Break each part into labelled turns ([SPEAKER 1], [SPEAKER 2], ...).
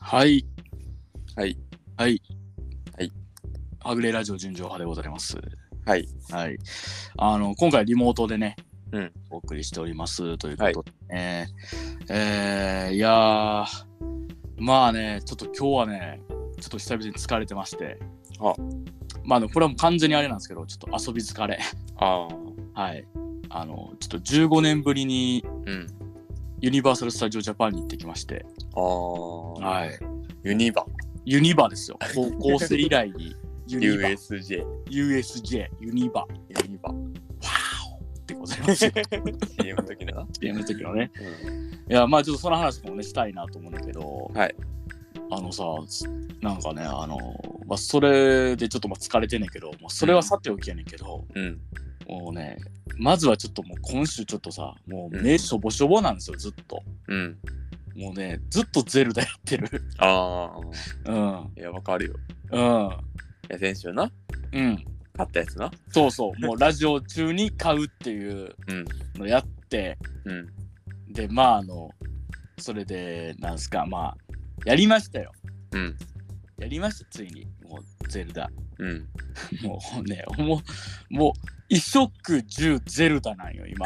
[SPEAKER 1] はい。
[SPEAKER 2] はい。
[SPEAKER 1] はい。
[SPEAKER 2] はい。
[SPEAKER 1] はぐれラジオ純情派でございます。
[SPEAKER 2] はい。
[SPEAKER 1] はい。あの、今回リモートでね、
[SPEAKER 2] うん
[SPEAKER 1] お送りしておりますということで、ねえーいやー、まあね、ちょっと今日はね、ちょっと久々に疲れてまして、
[SPEAKER 2] あ
[SPEAKER 1] まあ、あのこれはもう完全にあれなんですけど、ちょっと遊び疲れ。
[SPEAKER 2] ああ。
[SPEAKER 1] はい。あの、ちょっと15年ぶりに
[SPEAKER 2] うん。
[SPEAKER 1] ユニバーサル・スタジオ・ジャパンに行ってきまして、
[SPEAKER 2] ああ。
[SPEAKER 1] はい。
[SPEAKER 2] ユニバ。
[SPEAKER 1] ユニバですよ。高校生以来にユニバ。
[SPEAKER 2] USJ。ユ
[SPEAKER 1] USJ、ユニバ
[SPEAKER 2] ニバ。
[SPEAKER 1] でございますよ。
[SPEAKER 2] CM の時だな。
[SPEAKER 1] ゲームの時のね。
[SPEAKER 2] うん。
[SPEAKER 1] いや、まあちょっとその話もね、したいなと思うんだけど、
[SPEAKER 2] はい。
[SPEAKER 1] あのさ、なんかね、あの、まあ、それでちょっとまあ疲れてんねんけど、もうそれはさておきやねんけど、
[SPEAKER 2] うん。
[SPEAKER 1] もうね、まずはちょっともう今週ちょっとさ、もう
[SPEAKER 2] うん
[SPEAKER 1] 目しょぼしょぼなんですよ、ずっと。
[SPEAKER 2] うん。
[SPEAKER 1] もうね、ずっとゼルダやってる。
[SPEAKER 2] ああ。
[SPEAKER 1] うん。
[SPEAKER 2] いや、わかるよ。
[SPEAKER 1] うん。
[SPEAKER 2] いや、先週な。
[SPEAKER 1] うん。
[SPEAKER 2] 買ったやつな。
[SPEAKER 1] そうそう。もうラジオ中に買うっていう
[SPEAKER 2] うん。
[SPEAKER 1] のやって、
[SPEAKER 2] うん。
[SPEAKER 1] でまああのそれでなんすかまあやりましたよ
[SPEAKER 2] うん。
[SPEAKER 1] やりましたついにもうゼルダ
[SPEAKER 2] うん。
[SPEAKER 1] もうねもうもう一食十ゼルダなんよ 今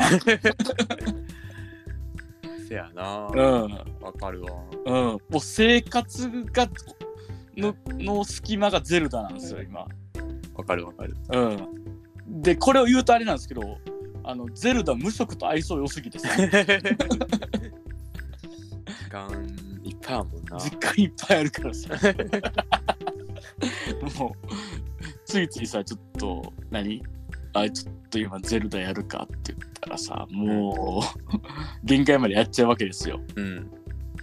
[SPEAKER 2] せやな。
[SPEAKER 1] うん
[SPEAKER 2] わかるわ。
[SPEAKER 1] うんもう生活がのの隙間がゼルダなんですよ今
[SPEAKER 2] わかるわかる。
[SPEAKER 1] うんでこれを言うとあれなんですけどあのゼルダ無職と愛想良すぎてさ
[SPEAKER 2] 時間いっぱいあもんな。
[SPEAKER 1] 実家いっぱいあるからさもうついついさちょっと何あちょっと今ゼルダやるかって言ったらさもう限界までやっちゃうわけですよ
[SPEAKER 2] うん。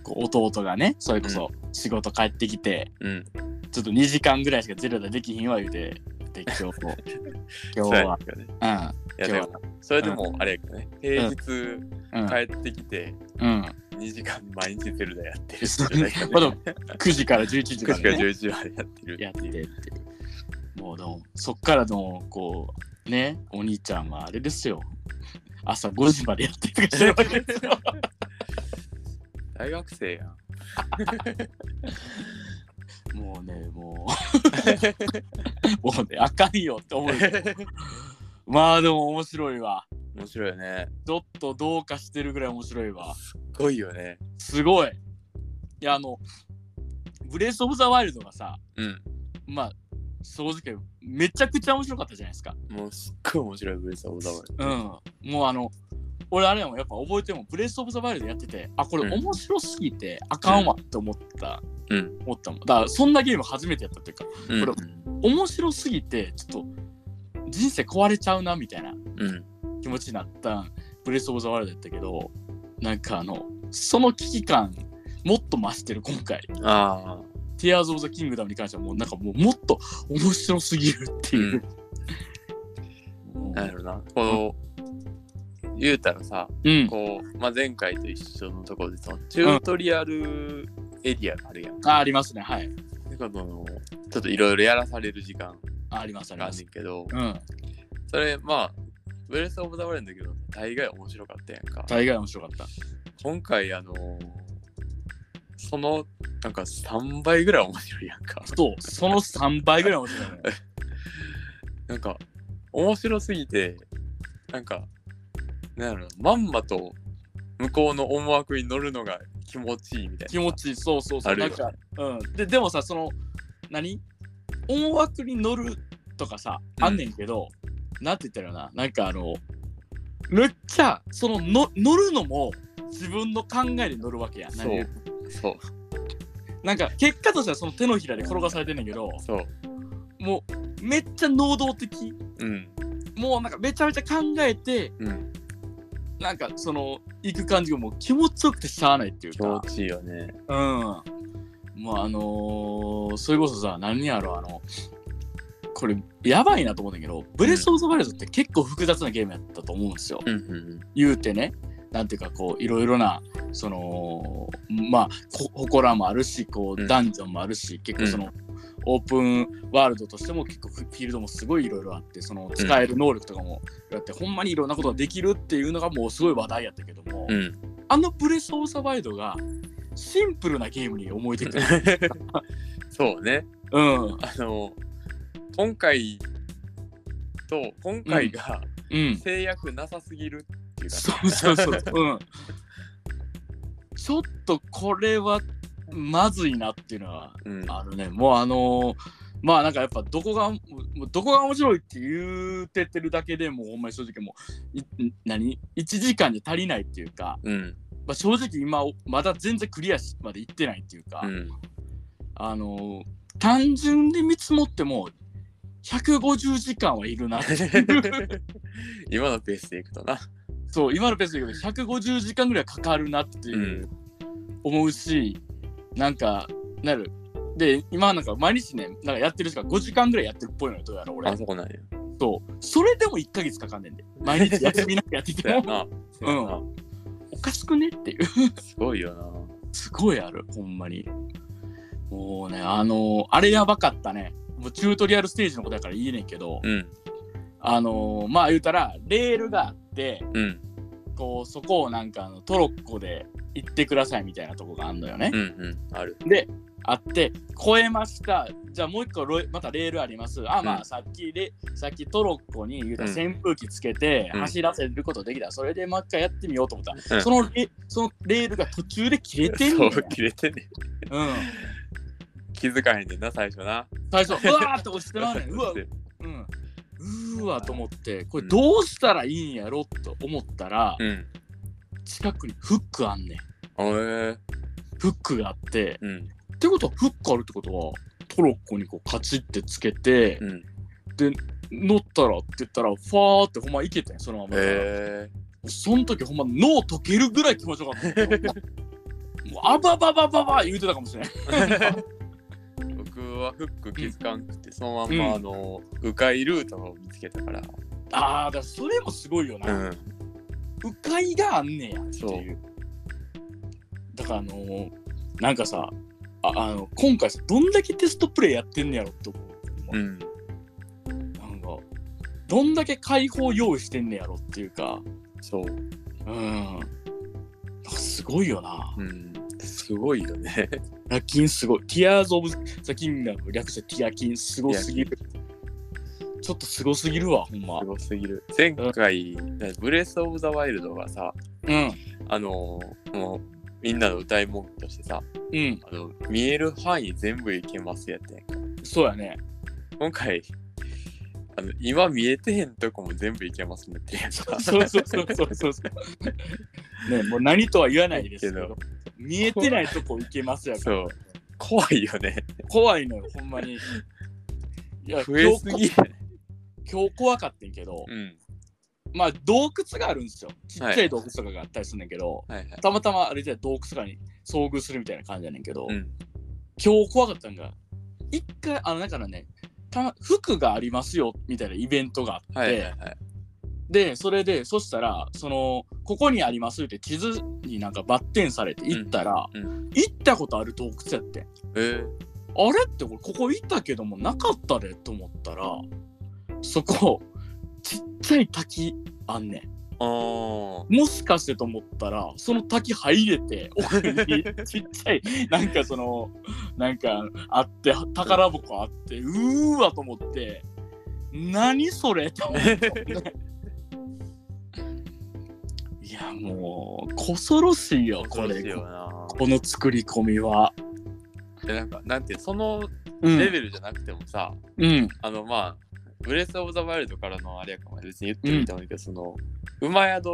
[SPEAKER 1] こう弟がねそれこそ仕事帰ってきて、
[SPEAKER 2] うん。
[SPEAKER 1] ちょっと2時間ぐらいしかゼルダできひんわ言うてで 今日も今
[SPEAKER 2] そう
[SPEAKER 1] 日
[SPEAKER 2] や
[SPEAKER 1] は
[SPEAKER 2] ねんけどね。
[SPEAKER 1] う
[SPEAKER 2] いや、でも、それでも、あれやけどね。平日
[SPEAKER 1] んうん
[SPEAKER 2] 帰ってきて、
[SPEAKER 1] うん
[SPEAKER 2] 2時間毎日ゼルダやってる。
[SPEAKER 1] そう まだ9時から11時
[SPEAKER 2] 9
[SPEAKER 1] か
[SPEAKER 2] 時
[SPEAKER 1] ら、
[SPEAKER 2] から
[SPEAKER 1] ね、
[SPEAKER 2] 11時までやってる。
[SPEAKER 1] やってっていうもうでもそっからのこうねお兄ちゃんはあれです よ朝5時までやってる とかしてるわけですよ
[SPEAKER 2] 大学生やん。
[SPEAKER 1] もうねも うもうねあかんよって思 うけどまあでも面白いわ
[SPEAKER 2] 面白いよね。
[SPEAKER 1] ちょっとどうかしてるぐらい面白いわ
[SPEAKER 2] すごいよね。
[SPEAKER 1] すごいいやあのブレス・オブ・ザ・ワイルドがさ
[SPEAKER 2] うん。
[SPEAKER 1] まあ正直めちゃくちゃ面白かったじゃないですか
[SPEAKER 2] もうすっごい面白いブレスオブザワール
[SPEAKER 1] うん、もうあの俺あれやもんやっぱ覚えてるもんブレス・オブ・ザ・ワイルドやっててあこれ
[SPEAKER 2] うん
[SPEAKER 1] 面白すぎてあかんわって思った、
[SPEAKER 2] うん
[SPEAKER 1] 思ったもんだからそんなゲーム初めてやったっていうか
[SPEAKER 2] うん
[SPEAKER 1] こ面白すぎてちょっと人生壊れちゃうなみたいな
[SPEAKER 2] うん。
[SPEAKER 1] 気持ちになったブレス・オブ・ザ・ワイルドやったけどなんかあのその危機感もっと増してる今回
[SPEAKER 2] ああ。
[SPEAKER 1] 「Tears of the Kingdom」に関してはもうなんかもうもっと面白すぎるっていう、うん
[SPEAKER 2] なんやろな。この、言うたらさ、
[SPEAKER 1] うん
[SPEAKER 2] こう、まあ、前回と一緒のところで、そのチュートリアルエリアがあるやん。
[SPEAKER 1] あありますねはい
[SPEAKER 2] で、この、ちょっといろいろやらされる時間
[SPEAKER 1] あありますあり
[SPEAKER 2] があ
[SPEAKER 1] ま
[SPEAKER 2] んね
[SPEAKER 1] す
[SPEAKER 2] んけど、
[SPEAKER 1] うん
[SPEAKER 2] それ、まあ、ブレスオブザワールドだけど、大概面白かったやんか。
[SPEAKER 1] 大概面白かった
[SPEAKER 2] 今回、あのその、なんか3倍ぐらい面白いやんか。
[SPEAKER 1] そう、その3倍ぐらい面白いのよ。
[SPEAKER 2] なんか面白すぎてなんかなんやろなまんまと向こうの思惑に乗るのが気持ちいいみたいな
[SPEAKER 1] 気持ちいい、そうそうそう。
[SPEAKER 2] ある
[SPEAKER 1] な
[SPEAKER 2] よ
[SPEAKER 1] んか、うん。で、でもさ、その、何音楽に乗るとかさ、
[SPEAKER 2] うん
[SPEAKER 1] あんねんけど、なんて言ったらいいのかな、なんかあの、めっちゃ、そのの、乗るのも自分の考えで乗るわけや。
[SPEAKER 2] そ
[SPEAKER 1] 何言
[SPEAKER 2] う
[SPEAKER 1] う
[SPEAKER 2] そう
[SPEAKER 1] なんか、結果としてはその手のひらで転がされてんねんけど、
[SPEAKER 2] そう
[SPEAKER 1] もう、めっちゃ能動的。
[SPEAKER 2] うん
[SPEAKER 1] もうなんかめちゃめちゃ考えて、
[SPEAKER 2] うん
[SPEAKER 1] なんかその行く感じがもう気持ちよくてしゃあないっていう
[SPEAKER 2] 気
[SPEAKER 1] か
[SPEAKER 2] 持ちいいよね
[SPEAKER 1] うん。まああのーそれこそさ何やろあのこれやばいなと思うんだけど「ブレス・オブ・ザ・ワイルド」って結構複雑なゲームやったと思うんですよ。
[SPEAKER 2] うんうん
[SPEAKER 1] 言うてねなんていうかこういろいろなそのまあこ祠もあるしこ
[SPEAKER 2] う
[SPEAKER 1] うんダンジョンもあるし、結構その、オープンワールドとしても結構フィールドもすごいいろいろあってその使える能力とかもやって、ほんまにいろんなことができるっていうのがもうすごい話題やったけども、
[SPEAKER 2] うん
[SPEAKER 1] あのブレス・オブ・ザ・ワイルドがシンプルなゲームに思えてくる。
[SPEAKER 2] そうね。
[SPEAKER 1] うん。
[SPEAKER 2] あの、今回と、今回が
[SPEAKER 1] うん。
[SPEAKER 2] 制約なさすぎるっていうか、
[SPEAKER 1] そうそうそう。うん。ちょっとこれはまずいなっていうのは
[SPEAKER 2] うん。
[SPEAKER 1] あるね。もうあのーまあなんかやっぱどこがもうどこが面白いって言うててるだけでもうほんまに正直もうい何1時間に足りないっていうか、
[SPEAKER 2] うん。
[SPEAKER 1] まあ、正直今まだ全然クリアしまで行ってないっていうか、
[SPEAKER 2] うん。
[SPEAKER 1] あのー単純に見積もっても150時間はいるな っていう
[SPEAKER 2] 今のペースでいくとな。
[SPEAKER 1] そう今のペースで言うけど150時間ぐらいかかるなっていう、思うしなんかなるで今なんか毎日ねなんかやってるしか5時間ぐらいやってるっぽいのよどうやら俺
[SPEAKER 2] あそこなんや。
[SPEAKER 1] そうそれでも1ヶ月かかんねんで毎日休みなくやって
[SPEAKER 2] そ
[SPEAKER 1] て
[SPEAKER 2] うや
[SPEAKER 1] も
[SPEAKER 2] な。そうやな。
[SPEAKER 1] おかしくねっていう
[SPEAKER 2] すごいよな。
[SPEAKER 1] すごいある、ほんまに。もうね、あのーあれやばかったね。もうチュートリアルステージのことだからいいねんけど、
[SPEAKER 2] うん。
[SPEAKER 1] あのーまあ言うたら、レールがあって、
[SPEAKER 2] うん。
[SPEAKER 1] こう、そこをなんかあのトロッコで行ってくださいみたいなとこがあんのよね
[SPEAKER 2] うん。。うん。ある。
[SPEAKER 1] で、あって、越えました。じゃあもう一個ロイ、またレールあります。あ、ま
[SPEAKER 2] う
[SPEAKER 1] あ
[SPEAKER 2] ん
[SPEAKER 1] さっきレ、さっきトロッコに言うたら
[SPEAKER 2] うん
[SPEAKER 1] 扇風機つけて
[SPEAKER 2] うん
[SPEAKER 1] 走らせることできた。それでもう一回やってみようと思ったら。
[SPEAKER 2] うん
[SPEAKER 1] そのレ、そのレールが途中で切れてん
[SPEAKER 2] そ
[SPEAKER 1] の
[SPEAKER 2] う
[SPEAKER 1] よ。、
[SPEAKER 2] 切れてんねん。
[SPEAKER 1] うん。
[SPEAKER 2] 気づかへんねんな、最初な。
[SPEAKER 1] 最初、うわーって押して まうねん。うわ、
[SPEAKER 2] う
[SPEAKER 1] うん。うーわと思って、これどうしたらいいんやろと思ったら、
[SPEAKER 2] ん。
[SPEAKER 1] 近くにフックあんねん。
[SPEAKER 2] あえ
[SPEAKER 1] フックがあって。
[SPEAKER 2] うん。
[SPEAKER 1] ってことは、フックあるってことは、トロッコにこうカチってつけて、
[SPEAKER 2] うん。
[SPEAKER 1] 乗ったらって言ったら、ファーってほんまいけてん、そのまま。
[SPEAKER 2] え
[SPEAKER 1] その時ほんま脳溶けるぐらい気持ちよかった。もう あばばばばば言うてたかもしれない。
[SPEAKER 2] ー。僕はフック気づかんくて、そのまんま、あの、迂回ルートを見つけたから。
[SPEAKER 1] ああ、だからそれもすごいよな。
[SPEAKER 2] うん。
[SPEAKER 1] 迂回があんねやって
[SPEAKER 2] そう
[SPEAKER 1] いうだからあのーなんかさああの今回さどんだけテストプレイやってんねやろって思う、
[SPEAKER 2] うん。
[SPEAKER 1] なんかどんだけ解放用意してんねやろっていうか
[SPEAKER 2] そう。
[SPEAKER 1] うんなんかすごいよな
[SPEAKER 2] うん。すごいよね。
[SPEAKER 1] ラキンすごいティアーズ・オブ・ザ・キングダム略してティアキンすごすぎるちょっとすごすぎるわほんます
[SPEAKER 2] ごすぎる。前回、ブレス・オブ・ザ・ワイルドがさ、
[SPEAKER 1] うん
[SPEAKER 2] あの、もう、みんなの歌い文句としてさ、
[SPEAKER 1] うん
[SPEAKER 2] あの、見える範囲全部いけますやってんか。
[SPEAKER 1] そうやね
[SPEAKER 2] 今回、あの、今見えてへんとこも全部いけますねってやんか。
[SPEAKER 1] そうそうそうそうそうそう。ねもう何とは言わないですけ
[SPEAKER 2] け
[SPEAKER 1] ど
[SPEAKER 2] ど、
[SPEAKER 1] 見えてないとこ行けますやから。
[SPEAKER 2] そう。怖いよね。
[SPEAKER 1] 怖いのよ、ほんまに。いや、
[SPEAKER 2] 増えすぎ。
[SPEAKER 1] 今日今日怖かってんけど、
[SPEAKER 2] うん。
[SPEAKER 1] まあ洞窟があるんですよ。ちっちゃい洞窟とかがあったりするんだけど、
[SPEAKER 2] はいはい。
[SPEAKER 1] たまたま歩いてた洞窟とかに遭遇するみたいな感じやねんけど、
[SPEAKER 2] うん。
[SPEAKER 1] 今日怖かったんが、一回、あの、だからね、たま服がありますよみたいなイベントがあって、
[SPEAKER 2] はいはいはい。
[SPEAKER 1] でそれでそしたらそのここにありますって地図になんかバッテンされて行ったら、
[SPEAKER 2] うんう
[SPEAKER 1] 行ったことある洞窟やってん
[SPEAKER 2] えー、
[SPEAKER 1] あれってこれここ行ったけどもなかったでと思ったらそこちっちゃい滝あんね
[SPEAKER 2] あー。
[SPEAKER 1] んもしかしてと思ったらその滝入れて奥に ちっちゃいなんかそのなんかあって宝箱あってうーわと思って何それと思って。 いやもう恐ろしいよこ
[SPEAKER 2] 恐ろ
[SPEAKER 1] れ
[SPEAKER 2] しいよな。
[SPEAKER 1] この作り込みは。
[SPEAKER 2] で、なんか、なんて、その
[SPEAKER 1] う
[SPEAKER 2] レ
[SPEAKER 1] ん、
[SPEAKER 2] ベルじゃなくてもさ、
[SPEAKER 1] うん、
[SPEAKER 2] あのまあ、ブレス・オブ・ザ・ワイルドからのあれやかも別に言ってみたんだけど、その、馬宿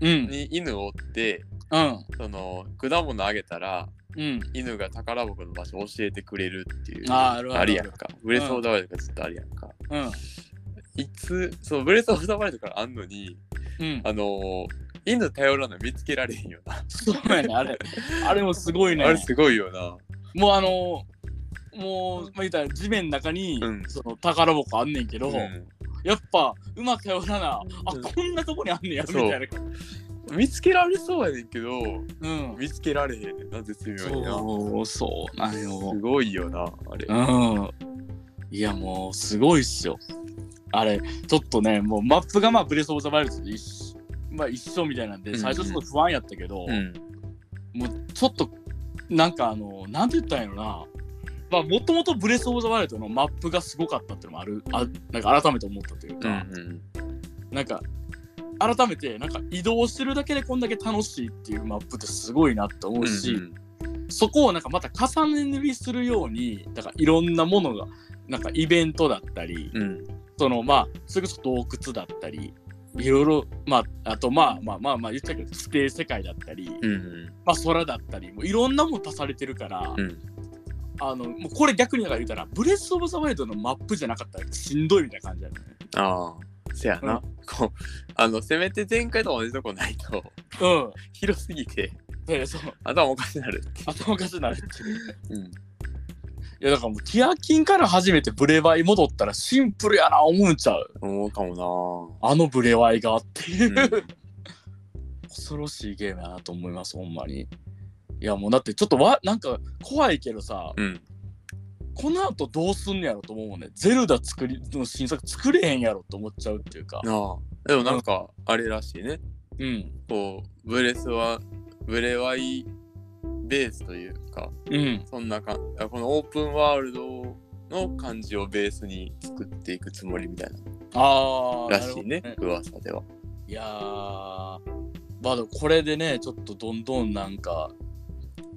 [SPEAKER 1] うん、
[SPEAKER 2] に犬を追って、
[SPEAKER 1] うん、
[SPEAKER 2] その、果物あげたら、
[SPEAKER 1] うん、
[SPEAKER 2] 犬が宝箱の場所を教えてくれるっていう、
[SPEAKER 1] あーあるあるある
[SPEAKER 2] やんか。ブレス・オブ・ザ・ワイルドがずっとあるやんか。
[SPEAKER 1] うん、
[SPEAKER 2] いつ、そのブレス・オブ・ザ・ワイルドからあんのに、
[SPEAKER 1] うん。
[SPEAKER 2] あのー、犬頼らない見つけられへんよな。
[SPEAKER 1] そうやね、あれ。あれもすごいね
[SPEAKER 2] あ。れすごいよな。
[SPEAKER 1] もうあのもう、まあ、言ったら地面の中に、
[SPEAKER 2] うん
[SPEAKER 1] その宝箱あんねんけど、
[SPEAKER 2] うん
[SPEAKER 1] やっぱうまくやらな、
[SPEAKER 2] うん
[SPEAKER 1] あこんなとこにあんねやみ
[SPEAKER 2] そ
[SPEAKER 1] た
[SPEAKER 2] う
[SPEAKER 1] いな。
[SPEAKER 2] 見つけられそうやねんけど、
[SPEAKER 1] うん。
[SPEAKER 2] 見つけられへんねんな、絶妙にな。
[SPEAKER 1] そう、そうなん
[SPEAKER 2] す
[SPEAKER 1] よ。
[SPEAKER 2] ごいよな、あれ。
[SPEAKER 1] うん。いやもうすごいっすよ。あれ、ちょっとね、もうマップがまあブレス・オブ・ザ・ワイルドと一緒,、まあ、一緒みたいなんで、
[SPEAKER 2] うんうん
[SPEAKER 1] 最初ちょっと不安やったけど、
[SPEAKER 2] うん
[SPEAKER 1] もうちょっとなんかあの、なんて言ったんやろな。まあ、もともとブレス・オブ・ザ・ワイルドのマップがすごかったっていうのもある、あなんか改めて思ったという
[SPEAKER 2] う
[SPEAKER 1] か、
[SPEAKER 2] ん
[SPEAKER 1] なんか、改めて、なんか移動してるだけでこんだけ楽しいっていうマップってすごいなって
[SPEAKER 2] う
[SPEAKER 1] 思
[SPEAKER 2] ん。
[SPEAKER 1] うし、そこをなんかまた重ね塗りするように、だからいろんなものが、なんかイベントだったり、
[SPEAKER 2] うん。
[SPEAKER 1] そのまあ、それこそ洞窟だったり、いろいろ、まあ、あとまあまあまあまあ言ったけど、地底世界だったり、
[SPEAKER 2] うん。うん。
[SPEAKER 1] まあ空だったり、もういろんなもん足されてるから、
[SPEAKER 2] うん。
[SPEAKER 1] あの、もうこれ逆にだから言うたら、ブレス・オブ・ザ・ワイルドのマップじゃなかったらしんどいみたいな感じだよね。
[SPEAKER 2] ああ。せやな。
[SPEAKER 1] うん
[SPEAKER 2] こう、あの、せめて前回と同じとこないと、
[SPEAKER 1] う
[SPEAKER 2] 広すぎて、
[SPEAKER 1] ん。で、その、
[SPEAKER 2] 頭おかしになるってい
[SPEAKER 1] 頭おかしになるっていう。
[SPEAKER 2] う。うん。
[SPEAKER 1] いや、だからもう、ティアキンから初めてブレワイ戻ったらシンプルやな、思うんちゃう。
[SPEAKER 2] 思うかも
[SPEAKER 1] あのブレワイがあっていう。
[SPEAKER 2] な。うん
[SPEAKER 1] 恐ろしいゲームやなと思います、ほんまに。いや、もうだってちょっとわ、なんか怖いけどさ、
[SPEAKER 2] うん。
[SPEAKER 1] この後どうすんのやろと思うもんね。ゼルダ作りの新作作れへんやろと思っちゃうっていうか。
[SPEAKER 2] なあ。でもなんか、あれらしいね。
[SPEAKER 1] うん。
[SPEAKER 2] こう、ブレスは、ブレワイベースというか、
[SPEAKER 1] うん。
[SPEAKER 2] そんなかんあこのオープンワールドの感じをベースに作っていくつもりみたいな
[SPEAKER 1] ああ。
[SPEAKER 2] らしいね
[SPEAKER 1] なるほど
[SPEAKER 2] 噂では。
[SPEAKER 1] いやー、まあでもこれでね、ちょっとどんどんなんか、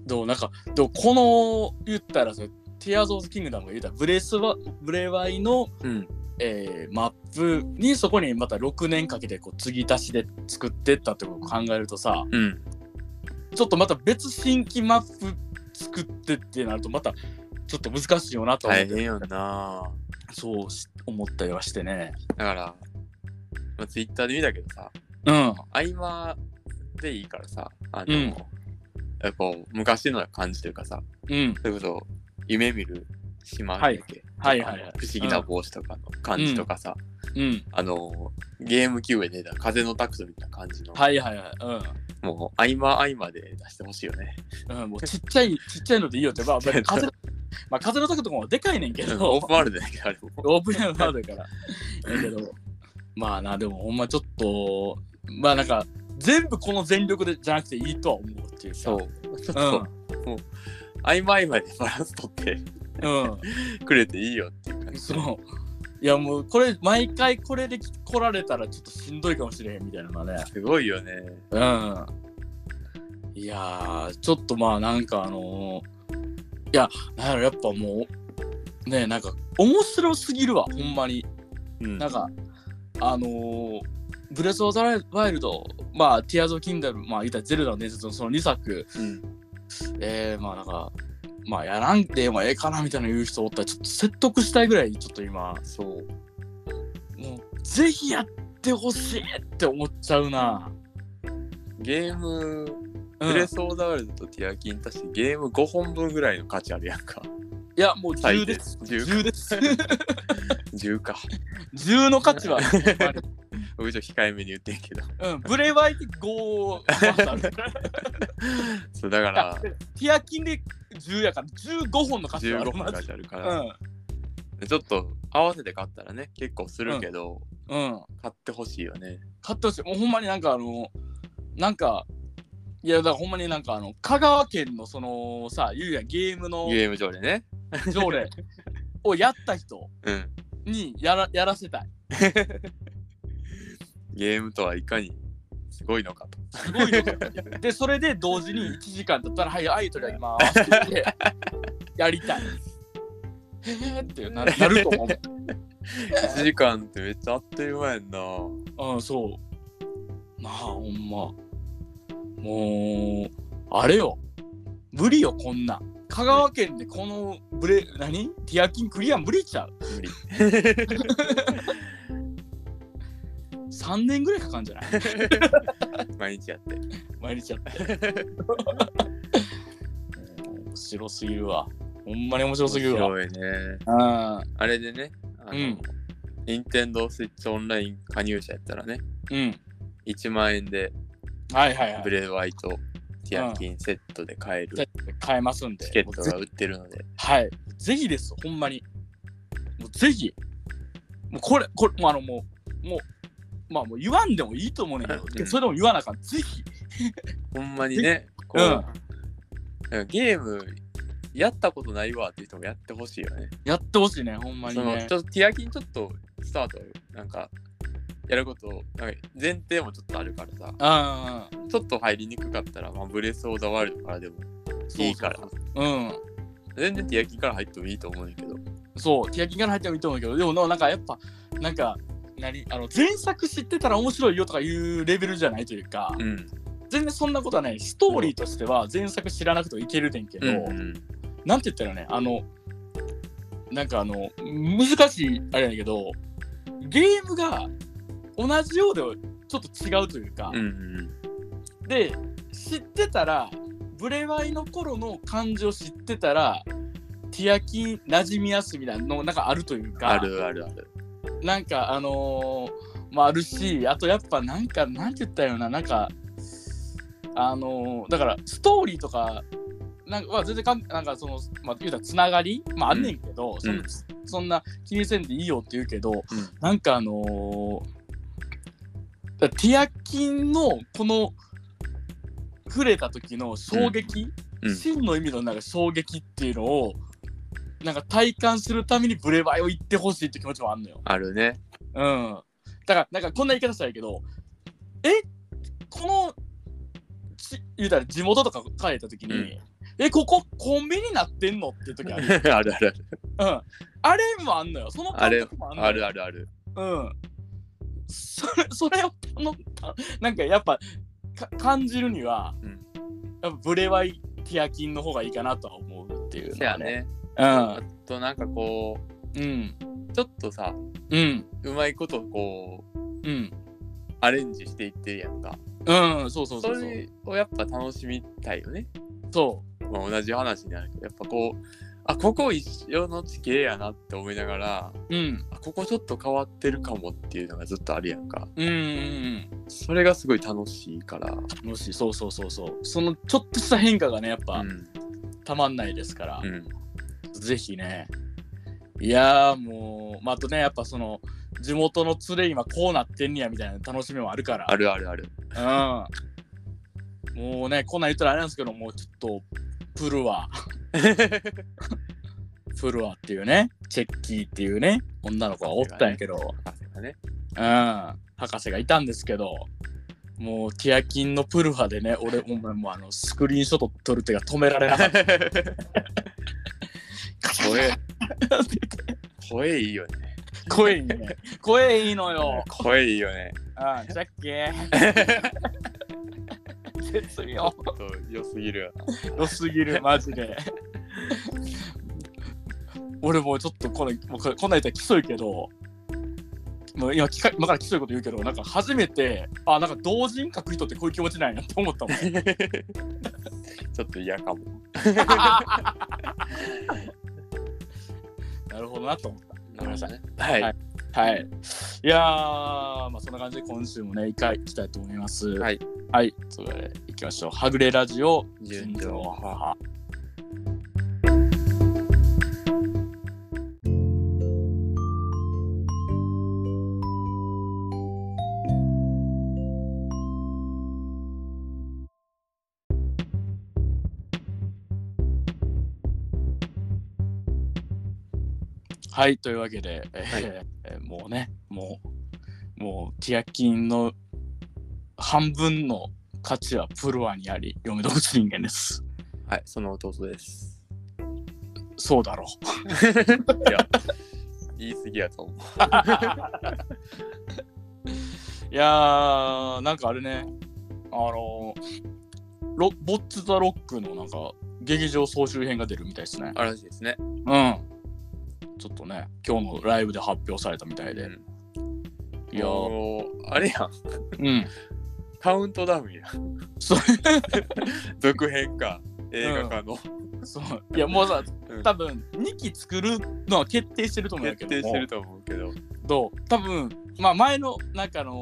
[SPEAKER 1] どうなんか、でもこの言ったらさ、ティアーズ・オブ・キングダムが言ったらブレスは、ブレワイの、
[SPEAKER 2] うん。
[SPEAKER 1] えーマップにそこにまた6年かけてこう継ぎ足しで作ってったってことを考えるとさ、
[SPEAKER 2] うん。
[SPEAKER 1] ちょっとまた別新規マップ作ってってなるとまたちょっと難しいよなと思っ
[SPEAKER 2] 大
[SPEAKER 1] て、
[SPEAKER 2] 変よな
[SPEAKER 1] そうし思ったりはしてね。
[SPEAKER 2] だから、まあ、ツイッターで見たけどさ、
[SPEAKER 1] うん。
[SPEAKER 2] 合間でいいからさ、あの、
[SPEAKER 1] うん
[SPEAKER 2] やっぱ昔の感じというかさ、
[SPEAKER 1] うん。
[SPEAKER 2] それこそ夢見る島だっけ、
[SPEAKER 1] はいはいはいはい
[SPEAKER 2] とか不思議な帽子とかの感じとかさ、
[SPEAKER 1] うん。
[SPEAKER 2] あの、ゲームキューブで出た風のタクトみたいな感じの、
[SPEAKER 1] はいはいはい。
[SPEAKER 2] もう合間合間で出してほしいよ ね。
[SPEAKER 1] うん。うん、もうちっちゃ い、ちっちゃいのでいいよって。まあ、まあ
[SPEAKER 2] ちっちゃい
[SPEAKER 1] 風
[SPEAKER 2] の
[SPEAKER 1] の、まあ、風のとことかもでかいねんけ
[SPEAKER 2] オ
[SPEAKER 1] ど
[SPEAKER 2] ープ、ンワールドだけどあれも。
[SPEAKER 1] オープンエアカードやから。だけど、まあな、でもほんまちょっと、まあなんか、全部この全力でじゃなくていいとは思うっていうさ。
[SPEAKER 2] そう。ちょっと、合間合間でバランス取って
[SPEAKER 1] うん。うん。
[SPEAKER 2] くれていいよっていう感じ。
[SPEAKER 1] そう。いやもうこれ毎回これで来られたらちょっとしんどいかもしれへんみたいなのがね。
[SPEAKER 2] すごいよね。
[SPEAKER 1] うん。いやーちょっとまあなんかあのーいやなんやろやっぱもうねなんか面白すぎるわほんまに。
[SPEAKER 2] うん。
[SPEAKER 1] なんかあのーブレス・オブ・ザ・ワイルド、まあ、ティアーズ・オブ・キンダム、まあ、言ったらゼルダの伝説のその2作、
[SPEAKER 2] うん、
[SPEAKER 1] えー、まあ、なんか、まあ、やらんでもええかなみたいな言う人おったら、ちょっと説得したいぐらい、ちょっと今、
[SPEAKER 2] そう。
[SPEAKER 1] もうぜひやってほしいって思っちゃうな。
[SPEAKER 2] ゲー
[SPEAKER 1] うん
[SPEAKER 2] ム、プレスオーダーワールドとティアキン足してゲーム5本分ぐらいの価値あるやんか。
[SPEAKER 1] いやもう10
[SPEAKER 2] 最
[SPEAKER 1] で
[SPEAKER 2] 低
[SPEAKER 1] す。
[SPEAKER 2] 10
[SPEAKER 1] 10です。
[SPEAKER 2] 10か。
[SPEAKER 1] 10の価値は、ほんまに
[SPEAKER 2] 僕ちょっと控えめに言ってんけど。
[SPEAKER 1] うん、ブレワイで5あ る。
[SPEAKER 2] そう、だから、
[SPEAKER 1] ティアキンで10やから15本の価値はあ
[SPEAKER 2] 15
[SPEAKER 1] る。
[SPEAKER 2] 本の
[SPEAKER 1] マ
[SPEAKER 2] 価
[SPEAKER 1] ジ
[SPEAKER 2] 値あるか
[SPEAKER 1] う
[SPEAKER 2] ら、
[SPEAKER 1] ん。
[SPEAKER 2] ちょっと合わせて買ったらね、結構するけど、
[SPEAKER 1] うん。
[SPEAKER 2] 買ってほしいよね。
[SPEAKER 1] 買ってほしい。もうほんまになんかあの、なんか、いやだからほんまになんかあの、香川県のそのさ、ゆうやんゲームの
[SPEAKER 2] ゲーム上でね。
[SPEAKER 1] 条例をやった人
[SPEAKER 2] うん。
[SPEAKER 1] にやらやらせたい。
[SPEAKER 2] ゲームとはいかにすごいのかと。
[SPEAKER 1] すごいよ。で、それで同時に1時間だったら、はい、アイドルやりますって言って、やりたい。へーってななると思
[SPEAKER 2] 1時間ってめっちゃあっという間やんな。
[SPEAKER 1] う。うん、そう。まあ、ほんま。もう、あれよ。無理よ、こんなん。香川県でこのブレ、何ティアキンクリア無理ちゃう。
[SPEAKER 2] 無理。
[SPEAKER 1] 3年ぐらいかかんじゃない
[SPEAKER 2] 毎日やって。
[SPEAKER 1] 毎日やって。もう面白すぎるわ。ほんまに面白すぎるわ。
[SPEAKER 2] 面白いね。
[SPEAKER 1] うん。
[SPEAKER 2] あれでね、あの、
[SPEAKER 1] うん
[SPEAKER 2] 任天堂スイッチオンライン加入者やったらね、
[SPEAKER 1] うん。
[SPEAKER 2] 1万円で
[SPEAKER 1] はいはいはい
[SPEAKER 2] ブ。レワイとティアキンセットで買える
[SPEAKER 1] 買えますんで。
[SPEAKER 2] チケットが売ってるので、
[SPEAKER 1] はい。ぜひです、ほんまに。もうぜひ。もうこれ、これ、もうあのもう、もう、まあもう言わんでもいいと思うねんけど、
[SPEAKER 2] うん
[SPEAKER 1] それでも言わなあかん。ぜひ。
[SPEAKER 2] ほんまにね、
[SPEAKER 1] う
[SPEAKER 2] こう、
[SPEAKER 1] ん。
[SPEAKER 2] なんかゲームやったことないわっていう人もやってほしいよね。
[SPEAKER 1] やってほしいね、ほんまに
[SPEAKER 2] その
[SPEAKER 1] ね
[SPEAKER 2] ち。ょっとティアキンちょっとスタートなんかやることなんか前提もちょっとあるからさ
[SPEAKER 1] ああ、
[SPEAKER 2] ちょっと入りにくかったら、まあ、ブレス・オブ・ザ・ワールドからでもいいから
[SPEAKER 1] そうそうそう。うん。
[SPEAKER 2] 全然ティアキンから入ってもいいと思うんだけど
[SPEAKER 1] そう、ティアキンから入ってもいいと思うけど、でもなんかやっぱ、なんか、何あの前作知ってたら面白いよとかいうレベルじゃないというか、
[SPEAKER 2] うん
[SPEAKER 1] 全然そんなことはない。ストーリーとしては前作知らなくてもいけるねんけど、
[SPEAKER 2] うん
[SPEAKER 1] なんて言ったらね、あの、なんかあの、難しいあれやねんけど、ゲームが同じようでちょっと違うというか、
[SPEAKER 2] うんうん
[SPEAKER 1] で、知ってたら、ブレワイの頃の感じを知ってたら、ティアキン馴染みやすみたいなのなんかあるというか、
[SPEAKER 2] あるあるある
[SPEAKER 1] なんかあのーまああるしあとやっぱなんかなんて言ったらいいのかななんかあのーだからストーリーとかなんかは全然かんなんかそのまあ言うたらつながりまああんねんけど、そんな
[SPEAKER 2] うん
[SPEAKER 1] そんな気にせんでいいよって言うけど、なんかあのーだからティアキンのこの触れた時の衝撃、
[SPEAKER 2] うんうん
[SPEAKER 1] 真の意味のなんか衝撃っていうのをなんか体感するためにブレバイを言ってほしいって気持ちもあんのよ。
[SPEAKER 2] あるね
[SPEAKER 1] うん。だから、なんかこんな言い方したらいいけど、えこの、ち言うたら地元とか帰った時に、
[SPEAKER 2] うん
[SPEAKER 1] え、ここコンビニなってんのって時 あ
[SPEAKER 2] あ
[SPEAKER 1] る。
[SPEAKER 2] るあるある
[SPEAKER 1] うん。あれもあんのよ。その
[SPEAKER 2] あ
[SPEAKER 1] 感
[SPEAKER 2] れ
[SPEAKER 1] 覚もあんのよ。
[SPEAKER 2] あるあるある
[SPEAKER 1] うん。それ、それを頼んだ、なんかやっぱ、か感じるには、
[SPEAKER 2] うん
[SPEAKER 1] やっぱブレワイティアキンの方がいいかなとは思うっていう
[SPEAKER 2] せ
[SPEAKER 1] のは
[SPEAKER 2] や。ねあとなんかこ
[SPEAKER 1] うん。うん。
[SPEAKER 2] うちょっとさ
[SPEAKER 1] うん。
[SPEAKER 2] うまいことこう
[SPEAKER 1] うん。
[SPEAKER 2] アレンジしていってるやんか
[SPEAKER 1] うん、そうそう
[SPEAKER 2] そ
[SPEAKER 1] そうそう。
[SPEAKER 2] れをやっぱ楽しみたいよね
[SPEAKER 1] そ
[SPEAKER 2] まあ、同じ話になるけどやっぱこうあここ一緒の地形やなって思いながら
[SPEAKER 1] う。うん。
[SPEAKER 2] あここちょっと変わってるかもっていうのがずっとあるやんか
[SPEAKER 1] うんうんうん。
[SPEAKER 2] それがすごい楽しいから、
[SPEAKER 1] もしそうそうそうそうそのちょっとした変化がねやっぱ、
[SPEAKER 2] うん
[SPEAKER 1] たまんないですから、
[SPEAKER 2] うん
[SPEAKER 1] ぜひねいやーもう、まあ、あとねやっぱその地元の連れ今こうなってんねやみたいな楽しみもあるから
[SPEAKER 2] あるあるある
[SPEAKER 1] うん、もうねこんなん言ったらあれなんですけどもうちょっとプル ワプルワっていうねチェッキーっていうね女の子がおったんやけど、
[SPEAKER 2] 博士がね
[SPEAKER 1] うん、博士がいたんですけど、もうティアキンのプルハでね、俺、お前もうあのスクリーンショット撮る手が止められなかった。
[SPEAKER 2] 声
[SPEAKER 1] なんて言って
[SPEAKER 2] 声いいよね
[SPEAKER 1] 声いいね。声いいのよ。
[SPEAKER 2] 声いいよね
[SPEAKER 1] うん、ジャッキー。絶
[SPEAKER 2] ちょ
[SPEAKER 1] 妙。
[SPEAKER 2] っと良すぎるよな
[SPEAKER 1] 良すぎる、マジで。俺もうちょっとこれ、もうこれこんなん言ったらきそいけど、もう今きか、今からきそいこと言うけど、なんか初めて、あ、なんか同人書く人ってこういう気持ちなんやって思ったもん。
[SPEAKER 2] ちょっと嫌かも
[SPEAKER 1] なるほどなと思った。
[SPEAKER 2] なるほどねはい、
[SPEAKER 1] はいはい。いやー、まあそんな感じで今週もね、一回行きたいと思います。
[SPEAKER 2] はい。
[SPEAKER 1] はい。それでは行きましょう。はぐれラジオ、
[SPEAKER 2] 純情
[SPEAKER 1] 派。はい、というわけで、えーえーもうね、もう、もう、ティアキンの半分の価値はプロアにあり、嫁動物人間です。
[SPEAKER 2] はい、その弟です
[SPEAKER 1] そうだろう。
[SPEAKER 2] いや 言い過ぎやと思う
[SPEAKER 1] いやー、なんかあれね、あのーロ、ボッツ・ザ・ロックのなんか、劇場総集編が出るみたいですね。
[SPEAKER 2] あらしいですね
[SPEAKER 1] うん。ちょっとね、今日のライブで発表されたみたいで。
[SPEAKER 2] うん
[SPEAKER 1] いやー、
[SPEAKER 2] もうあれやん
[SPEAKER 1] うん。
[SPEAKER 2] カウントダウンや
[SPEAKER 1] そ
[SPEAKER 2] 続編か映画化の、
[SPEAKER 1] そう。いや、もうさ、
[SPEAKER 2] うん
[SPEAKER 1] 多分2期作るのは決定してると思うんだけ
[SPEAKER 2] 決
[SPEAKER 1] ど
[SPEAKER 2] 定
[SPEAKER 1] も
[SPEAKER 2] してると思うけど
[SPEAKER 1] どう多分まあ前のなんかあの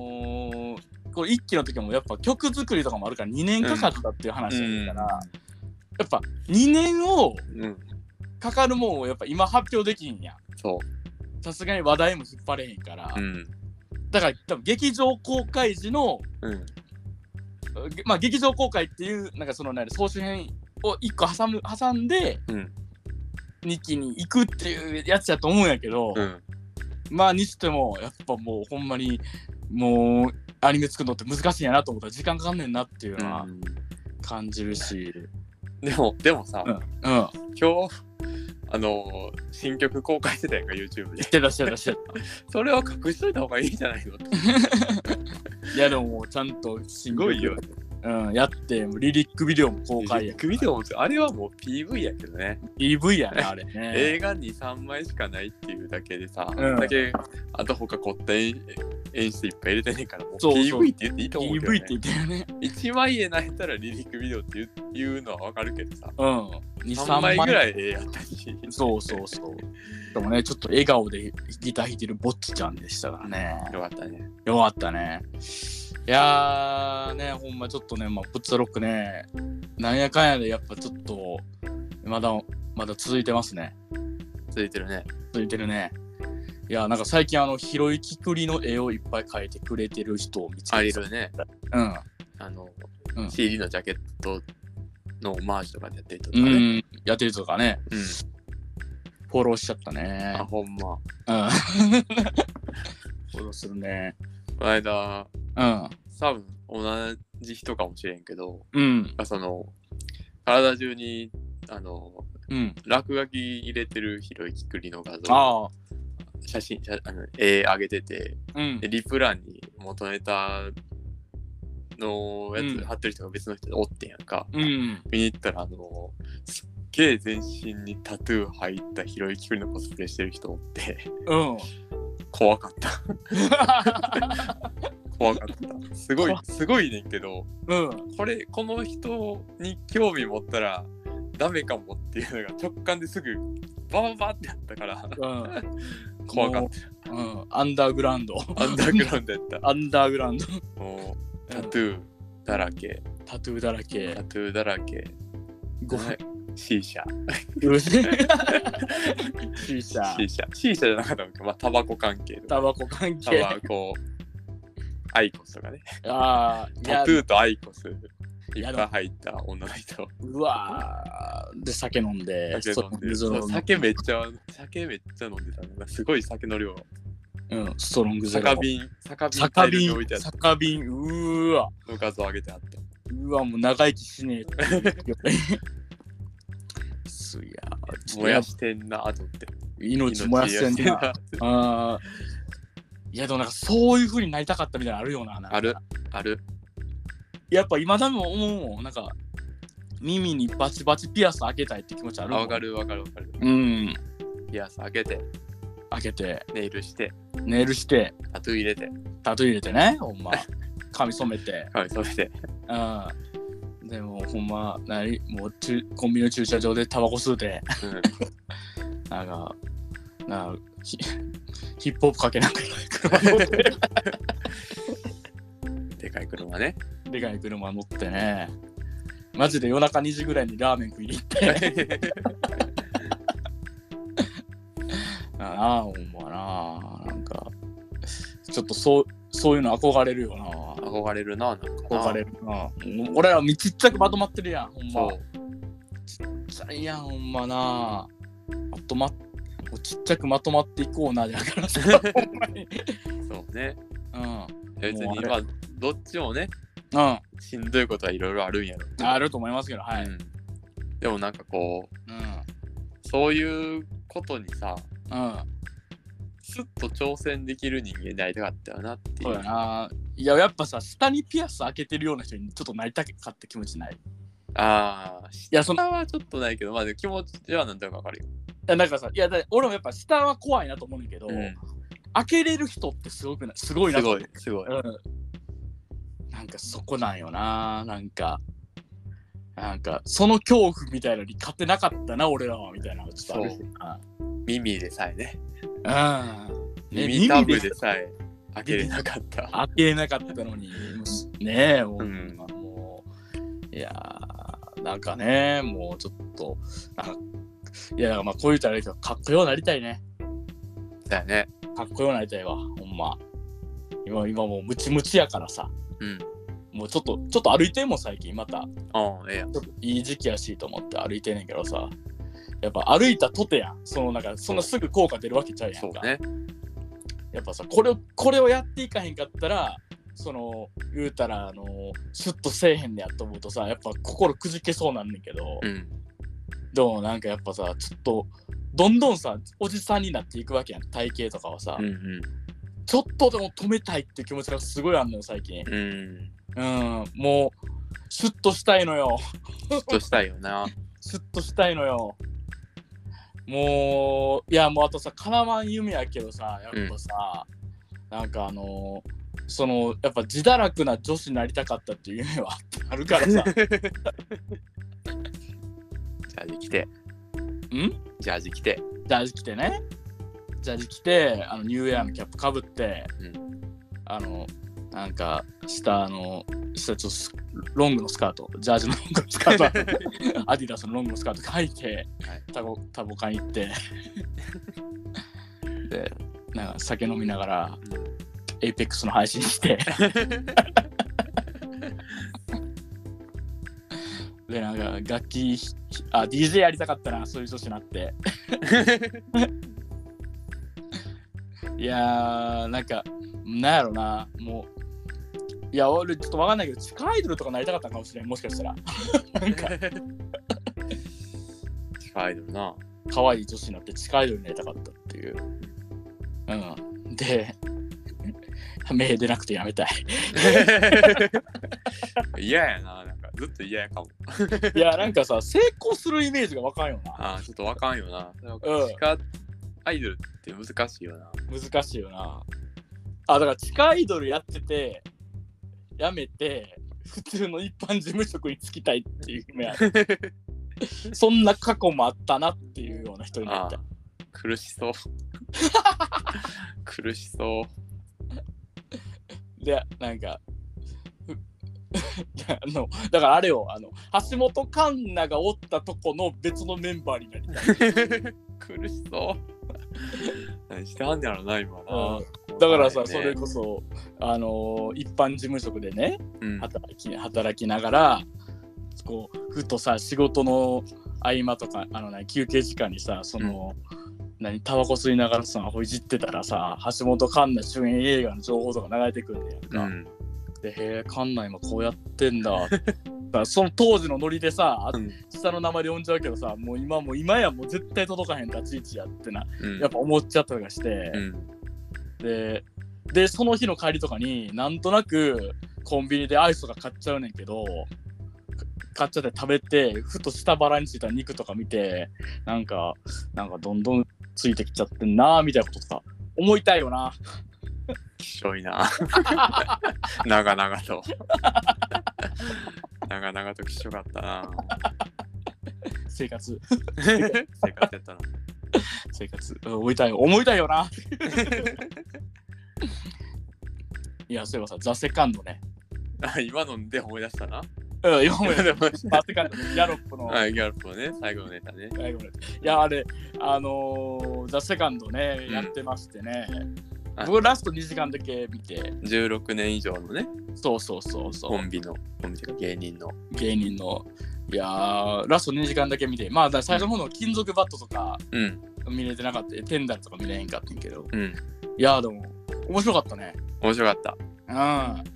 [SPEAKER 1] ーこれ1期の時もやっぱ曲作りとかもあるから2年かかったっていう話だから、やっぱ2年を
[SPEAKER 2] うん
[SPEAKER 1] かかるもんをやっぱ今発表できんやん
[SPEAKER 2] そ
[SPEAKER 1] さすがに話題も引っ張れへんから、
[SPEAKER 2] ううん
[SPEAKER 1] だから多分劇場公開時の
[SPEAKER 2] うん
[SPEAKER 1] まあ劇場公開っていうなんかその何総集編を一個挟む挟んで、
[SPEAKER 2] うん
[SPEAKER 1] 二期に行くっていうやつやと思うんやけど、
[SPEAKER 2] うん。
[SPEAKER 1] まあにしてもやっぱもうほんまにもうアニメ作るのって難しいんやなと思ったら時間かかんねんなっていうのは
[SPEAKER 2] うん
[SPEAKER 1] 感じるし、
[SPEAKER 2] でも、でもさ、
[SPEAKER 1] うんうん、
[SPEAKER 2] 今日、あのー新曲公開してたやんか、YouTube で
[SPEAKER 1] し。てたしてたしてた。
[SPEAKER 2] それは隠しといた方がいいんじゃないの
[SPEAKER 1] いやでももうちゃんとす
[SPEAKER 2] すごいよ。
[SPEAKER 1] うん、やって、リリックビデオも公開や。
[SPEAKER 2] 組でも、あれはもう PV やけどね。
[SPEAKER 1] EV やね、あれね。
[SPEAKER 2] 映画に3枚しかないっていうだけでさ、
[SPEAKER 1] うん
[SPEAKER 2] あんだけあと他こった演演出いっぱい入れてねえからもう
[SPEAKER 1] そうそう
[SPEAKER 2] PV って言っていいと思うけど、ね
[SPEAKER 1] EV って、言ったよね。
[SPEAKER 2] 1枚絵泣いたらリリックビデオって言う言うのはわかるけどさ
[SPEAKER 1] うん。2、
[SPEAKER 2] 3
[SPEAKER 1] 3
[SPEAKER 2] 枚
[SPEAKER 1] 枚
[SPEAKER 2] ぐ
[SPEAKER 1] ぐらい。
[SPEAKER 2] らい絵やったし
[SPEAKER 1] そうそうそう。でもね、ちょっと笑顔でギター弾いてるぼっちちゃんでしたからね。
[SPEAKER 2] よかったね
[SPEAKER 1] よかったね。いやーね、ほんまちょっとね、まあ、プッツァロックね、なんやかんやでやっぱちょっと、まだ、まだ続いてますね。
[SPEAKER 2] 続いてるね
[SPEAKER 1] 続いてるね。いや、なんか最近あの、ひろゆきくりの絵をいっぱい描いてくれてる人を見つ
[SPEAKER 2] あ
[SPEAKER 1] け
[SPEAKER 2] い
[SPEAKER 1] て。
[SPEAKER 2] るね
[SPEAKER 1] うん。
[SPEAKER 2] あの、
[SPEAKER 1] うん
[SPEAKER 2] CD のジャケットのオマージュとかでやってるとか
[SPEAKER 1] う
[SPEAKER 2] ね、
[SPEAKER 1] ん、やってる人とかね、
[SPEAKER 2] うん
[SPEAKER 1] フォローしちゃったね
[SPEAKER 2] あ。ほんま
[SPEAKER 1] うん。フォローするね。
[SPEAKER 2] この間
[SPEAKER 1] うん。
[SPEAKER 2] 多分同じ人かもしれんけど
[SPEAKER 1] うん。
[SPEAKER 2] その体中にあの
[SPEAKER 1] うん。
[SPEAKER 2] 落書き入れてるひろゆきくりの画像
[SPEAKER 1] ああ。
[SPEAKER 2] 写真写あの絵上げてて
[SPEAKER 1] うん
[SPEAKER 2] で。リプランに元ネタのや
[SPEAKER 1] うん
[SPEAKER 2] つ貼ってる人が別の人でおってんやんか、
[SPEAKER 1] うん。
[SPEAKER 2] 見に行ったらあのすっげえ全身にタトゥー入ったひろゆきくりのコスプレしてる人おって
[SPEAKER 1] うん。
[SPEAKER 2] 怖かった怖かったすごいすごいねんけど
[SPEAKER 1] うん。
[SPEAKER 2] これこの人に興味持ったらダメかもっていうのが直感ですぐバババってやったから
[SPEAKER 1] うん。。
[SPEAKER 2] 怖かった
[SPEAKER 1] うん。アンダーグラウンド。
[SPEAKER 2] アンダーグラウンドやった
[SPEAKER 1] アンダーグラウンド。
[SPEAKER 2] もうタトゥーだらけ、
[SPEAKER 1] タトゥーだらけ
[SPEAKER 2] タ。トゥーだらけ、
[SPEAKER 1] ご
[SPEAKER 2] は
[SPEAKER 1] 飯
[SPEAKER 2] い。C 社、
[SPEAKER 1] うし。シーシャ
[SPEAKER 2] C 社、C 社じゃなかったのか、まあ、タバコ関係とか
[SPEAKER 1] タバコ関
[SPEAKER 2] タ
[SPEAKER 1] 係。
[SPEAKER 2] バコ、アイコスとかね、
[SPEAKER 1] ああ。いや
[SPEAKER 2] タトゥーとアイコス、い
[SPEAKER 1] いや
[SPEAKER 2] っぱい入った女の人、
[SPEAKER 1] うわーで、酒飲んで。
[SPEAKER 2] 酒飲んでる、
[SPEAKER 1] スト
[SPEAKER 2] そ
[SPEAKER 1] ロン
[SPEAKER 2] う
[SPEAKER 1] グゼロ
[SPEAKER 2] 酒めっちゃ、酒めっちゃ飲んでたのが、すごい酒の量、
[SPEAKER 1] うん。ストロングゼロ。
[SPEAKER 2] 酒瓶、酒瓶
[SPEAKER 1] 酒
[SPEAKER 2] 大量に
[SPEAKER 1] 瓶
[SPEAKER 2] 置いてあった
[SPEAKER 1] 酒瓶うーわ
[SPEAKER 2] の数を上げてあった。
[SPEAKER 1] うわもう長生きしねえすやちょっと
[SPEAKER 2] 燃
[SPEAKER 1] やっ
[SPEAKER 2] や
[SPEAKER 1] ぱ
[SPEAKER 2] してんなと思って。
[SPEAKER 1] 命燃やしてん
[SPEAKER 2] 命燃
[SPEAKER 1] な
[SPEAKER 2] やしてんな
[SPEAKER 1] あーいやでもなんかそういう風になりたかったみたいなのあるよななんか
[SPEAKER 2] ある、ある。
[SPEAKER 1] やっぱ今でも思うもんなんか耳にバチバチピアス開けたいって気持ちあ
[SPEAKER 2] あ
[SPEAKER 1] るもん
[SPEAKER 2] わかるわかるわかる。
[SPEAKER 1] うん
[SPEAKER 2] ピアス開けて、
[SPEAKER 1] 開けて
[SPEAKER 2] ネイルして、
[SPEAKER 1] ネイルして
[SPEAKER 2] タトゥー入れて、
[SPEAKER 1] タトゥー入れてねほんま髪染めて
[SPEAKER 2] 髪染めて、
[SPEAKER 1] うんでもほんま何もうちゅコンビニの駐車場でタバコ吸うて
[SPEAKER 2] うん
[SPEAKER 1] なんか、なんかヒヒップホップかけなんか車乗って、
[SPEAKER 2] でかい車ね。
[SPEAKER 1] でかい車乗ってね、マジで夜中2時ぐらいにラーメン食いに行って、ああ、ほんまな、なんか、ちょっとそうそういうの憧れるよな、
[SPEAKER 2] 憧れるな、なんかな。
[SPEAKER 1] 憧れるな。俺らちっちゃくまとまってるやん、ほんま。
[SPEAKER 2] そう。
[SPEAKER 1] ちっちゃいやん、ほんまな。まとまっもうちっちゃくまとまっていこうな、だ からさ、ほんまに。
[SPEAKER 2] そうね。
[SPEAKER 1] うん。
[SPEAKER 2] 別に
[SPEAKER 1] もうあ、れ
[SPEAKER 2] まあ、どっちもね、
[SPEAKER 1] うん。
[SPEAKER 2] しんどいことはいろいろあるんやろうけど。
[SPEAKER 1] あると思いますけど、はい。
[SPEAKER 2] う
[SPEAKER 1] うん。
[SPEAKER 2] んでもなんかこう、そういうことにさ、
[SPEAKER 1] うん。
[SPEAKER 2] すっと挑戦できる人間になりたかったよなってい
[SPEAKER 1] そう
[SPEAKER 2] う。
[SPEAKER 1] やないややっぱさ下にピアス開けてるような人にちょっとなりたかった気持ちないい
[SPEAKER 2] ああ、い
[SPEAKER 1] やそのい
[SPEAKER 2] 下はちょっとないけど、まあでも気持ちはなんとなくわかるよ。
[SPEAKER 1] やなんかさいやだ俺もやっぱ下は怖いなと思うんだけど、
[SPEAKER 2] うん
[SPEAKER 1] 開けれる人ってすごくないすごいな
[SPEAKER 2] す
[SPEAKER 1] と思う
[SPEAKER 2] ごい、すごい。
[SPEAKER 1] うん、なんかそこなんよななんかなんかその恐怖みたいなのに勝てなかったな俺らはみたいなのがちょっとあるしな
[SPEAKER 2] 耳でさえね。
[SPEAKER 1] うんね
[SPEAKER 2] 耳タブでさえ開けれなかった。
[SPEAKER 1] 開けなかったのに、ねえ、もう、
[SPEAKER 2] うん
[SPEAKER 1] もういやー、なんかね、もうちょっと、なんかいや、だからまあこういうたらあれだけど、かっこよくなりたいね。
[SPEAKER 2] だよね。
[SPEAKER 1] かっこよくなりたいわ、ほんま。今、今もうムチムチやからさ、
[SPEAKER 2] うん。
[SPEAKER 1] もうちょっとちょっと歩いてんもん最近また
[SPEAKER 2] ああ、ええやん。
[SPEAKER 1] ちょっといい時期やしと思って歩いてんねんけどさやっぱ歩いたとてやんそのなんかそんなすぐ効果出るわけちゃうやんか
[SPEAKER 2] そうね。
[SPEAKER 1] やっぱさこれをこれをやっていかへんかったらその言うたらあのシュッとせえへんねやと思うとさやっぱ心くじけそうなんねんけど、
[SPEAKER 2] うん。
[SPEAKER 1] でもなんかやっぱさちょっとどんどんさおじさんになっていくわけやん体型とかはさ、
[SPEAKER 2] うんうん。
[SPEAKER 1] ちょっとでも止めたいっていう気持ちがすごいあんのよ最近
[SPEAKER 2] うん。
[SPEAKER 1] うんもうシュッとしたいのよ
[SPEAKER 2] ちょっとしたいよな。
[SPEAKER 1] シュッとしたいのよもういやもうあとさかなわん夢やけどさやっぱさ、なんかあのーそのやっぱ自堕落な女子になりたかったっていう夢はあってある からさ
[SPEAKER 2] ジャージ着て。
[SPEAKER 1] ん
[SPEAKER 2] ジャージ着て。
[SPEAKER 1] ジャージ着てねジャージ着てあのニューエアのキャップかぶって、
[SPEAKER 2] うん
[SPEAKER 1] あのなんか下あの下ちょっとスロングのスカートジャージのロングのスカートアディダスのロングのスカート書いて、
[SPEAKER 2] はい
[SPEAKER 1] タボタボ缶行 って
[SPEAKER 2] で、
[SPEAKER 1] なんか酒飲みながらエイペックスの配信してでなんか楽器ひあ DJ やりたかったなそういう女子になっていやーなんかなんやろなもういや俺ちょっとわかんないけど地下アイドルとかなりたかったかもしれんもしかしたらなんか
[SPEAKER 2] 地下アイドルな。
[SPEAKER 1] 可愛い女子になって地下アイドルになりたかったっていう うんで 目出なくてやめたい
[SPEAKER 2] 嫌やな。なんかずっと嫌やかも。
[SPEAKER 1] いやなんかさ成功するイメージがわかんよな
[SPEAKER 2] ああ、ちょっとわかんよな。
[SPEAKER 1] うん
[SPEAKER 2] 地下アイドルって難しいよな。
[SPEAKER 1] 難しいよなあだから地下アイドルやっててやめて普通の一般事務職に就きたいっていう夢あ るそんな過去もあったなっていうような人にな
[SPEAKER 2] あ
[SPEAKER 1] っ
[SPEAKER 2] あ
[SPEAKER 1] た
[SPEAKER 2] 苦し そう。苦しそう。
[SPEAKER 1] でなんかふ あのだからあれをあの橋本環奈がおったとこの別のメンバーになりたい
[SPEAKER 2] 苦しそう。 何してはんねやろな、今な。
[SPEAKER 1] だからさ、
[SPEAKER 2] ね
[SPEAKER 1] それこそあの一般事務職でね、
[SPEAKER 2] うん、
[SPEAKER 1] 働き働きながらこうふとさ仕事の合間とかあの、ね、休憩時間にさその、何タバコ吸いながらさほいじってたらさ橋本環奈主演映画の情報とか流れてくるんだよ、
[SPEAKER 2] うん
[SPEAKER 1] かで「へえ環奈今こうやってんだ」だからその当時のノリでさ
[SPEAKER 2] うん
[SPEAKER 1] 下の名前で呼んじゃうけどさもう今もう今やもう絶対届かへん立ち位置やってな
[SPEAKER 2] うん
[SPEAKER 1] やっぱ思っちゃったりとかして。
[SPEAKER 2] うん
[SPEAKER 1] ででその日の帰りとかになんとなくコンビニでアイスとか買っちゃうねんけどか買っちゃって食べてふと下腹についた肉とか見てなんかなんかどんどんついてきちゃってんなーみたいなこととか思いたいよな
[SPEAKER 2] きしょいな。 長々と。 長々ときしょかったな。
[SPEAKER 1] 生活
[SPEAKER 2] 生活やったな。
[SPEAKER 1] 生活うん思いたいよ思いたいよ ないやそういえばさ「ザ・セカンドね
[SPEAKER 2] あ 今飲んで思い出したな。
[SPEAKER 1] うん今も
[SPEAKER 2] 思い
[SPEAKER 1] やる
[SPEAKER 2] 出し
[SPEAKER 1] ザ・セカンドのギャロップの、
[SPEAKER 2] はい、ギャルプのね、最後のネタね。
[SPEAKER 1] はいごめんいやあれあのーザ・セカンドね、
[SPEAKER 2] うん
[SPEAKER 1] やってましてね
[SPEAKER 2] はい
[SPEAKER 1] 僕ラスト2時間だけ見て
[SPEAKER 2] 16年以上のね、
[SPEAKER 1] そうそうそうそ
[SPEAKER 2] コンビの、コンビというか芸人の。
[SPEAKER 1] う芸人のいやーラスト2時間だけ見てまあだから最初の方の金属バットとか
[SPEAKER 2] うん、
[SPEAKER 1] 見れてなかったテンダルとか見れへんかったんやけど
[SPEAKER 2] うん。
[SPEAKER 1] いやーでも面白かったね
[SPEAKER 2] 面白かった。
[SPEAKER 1] うん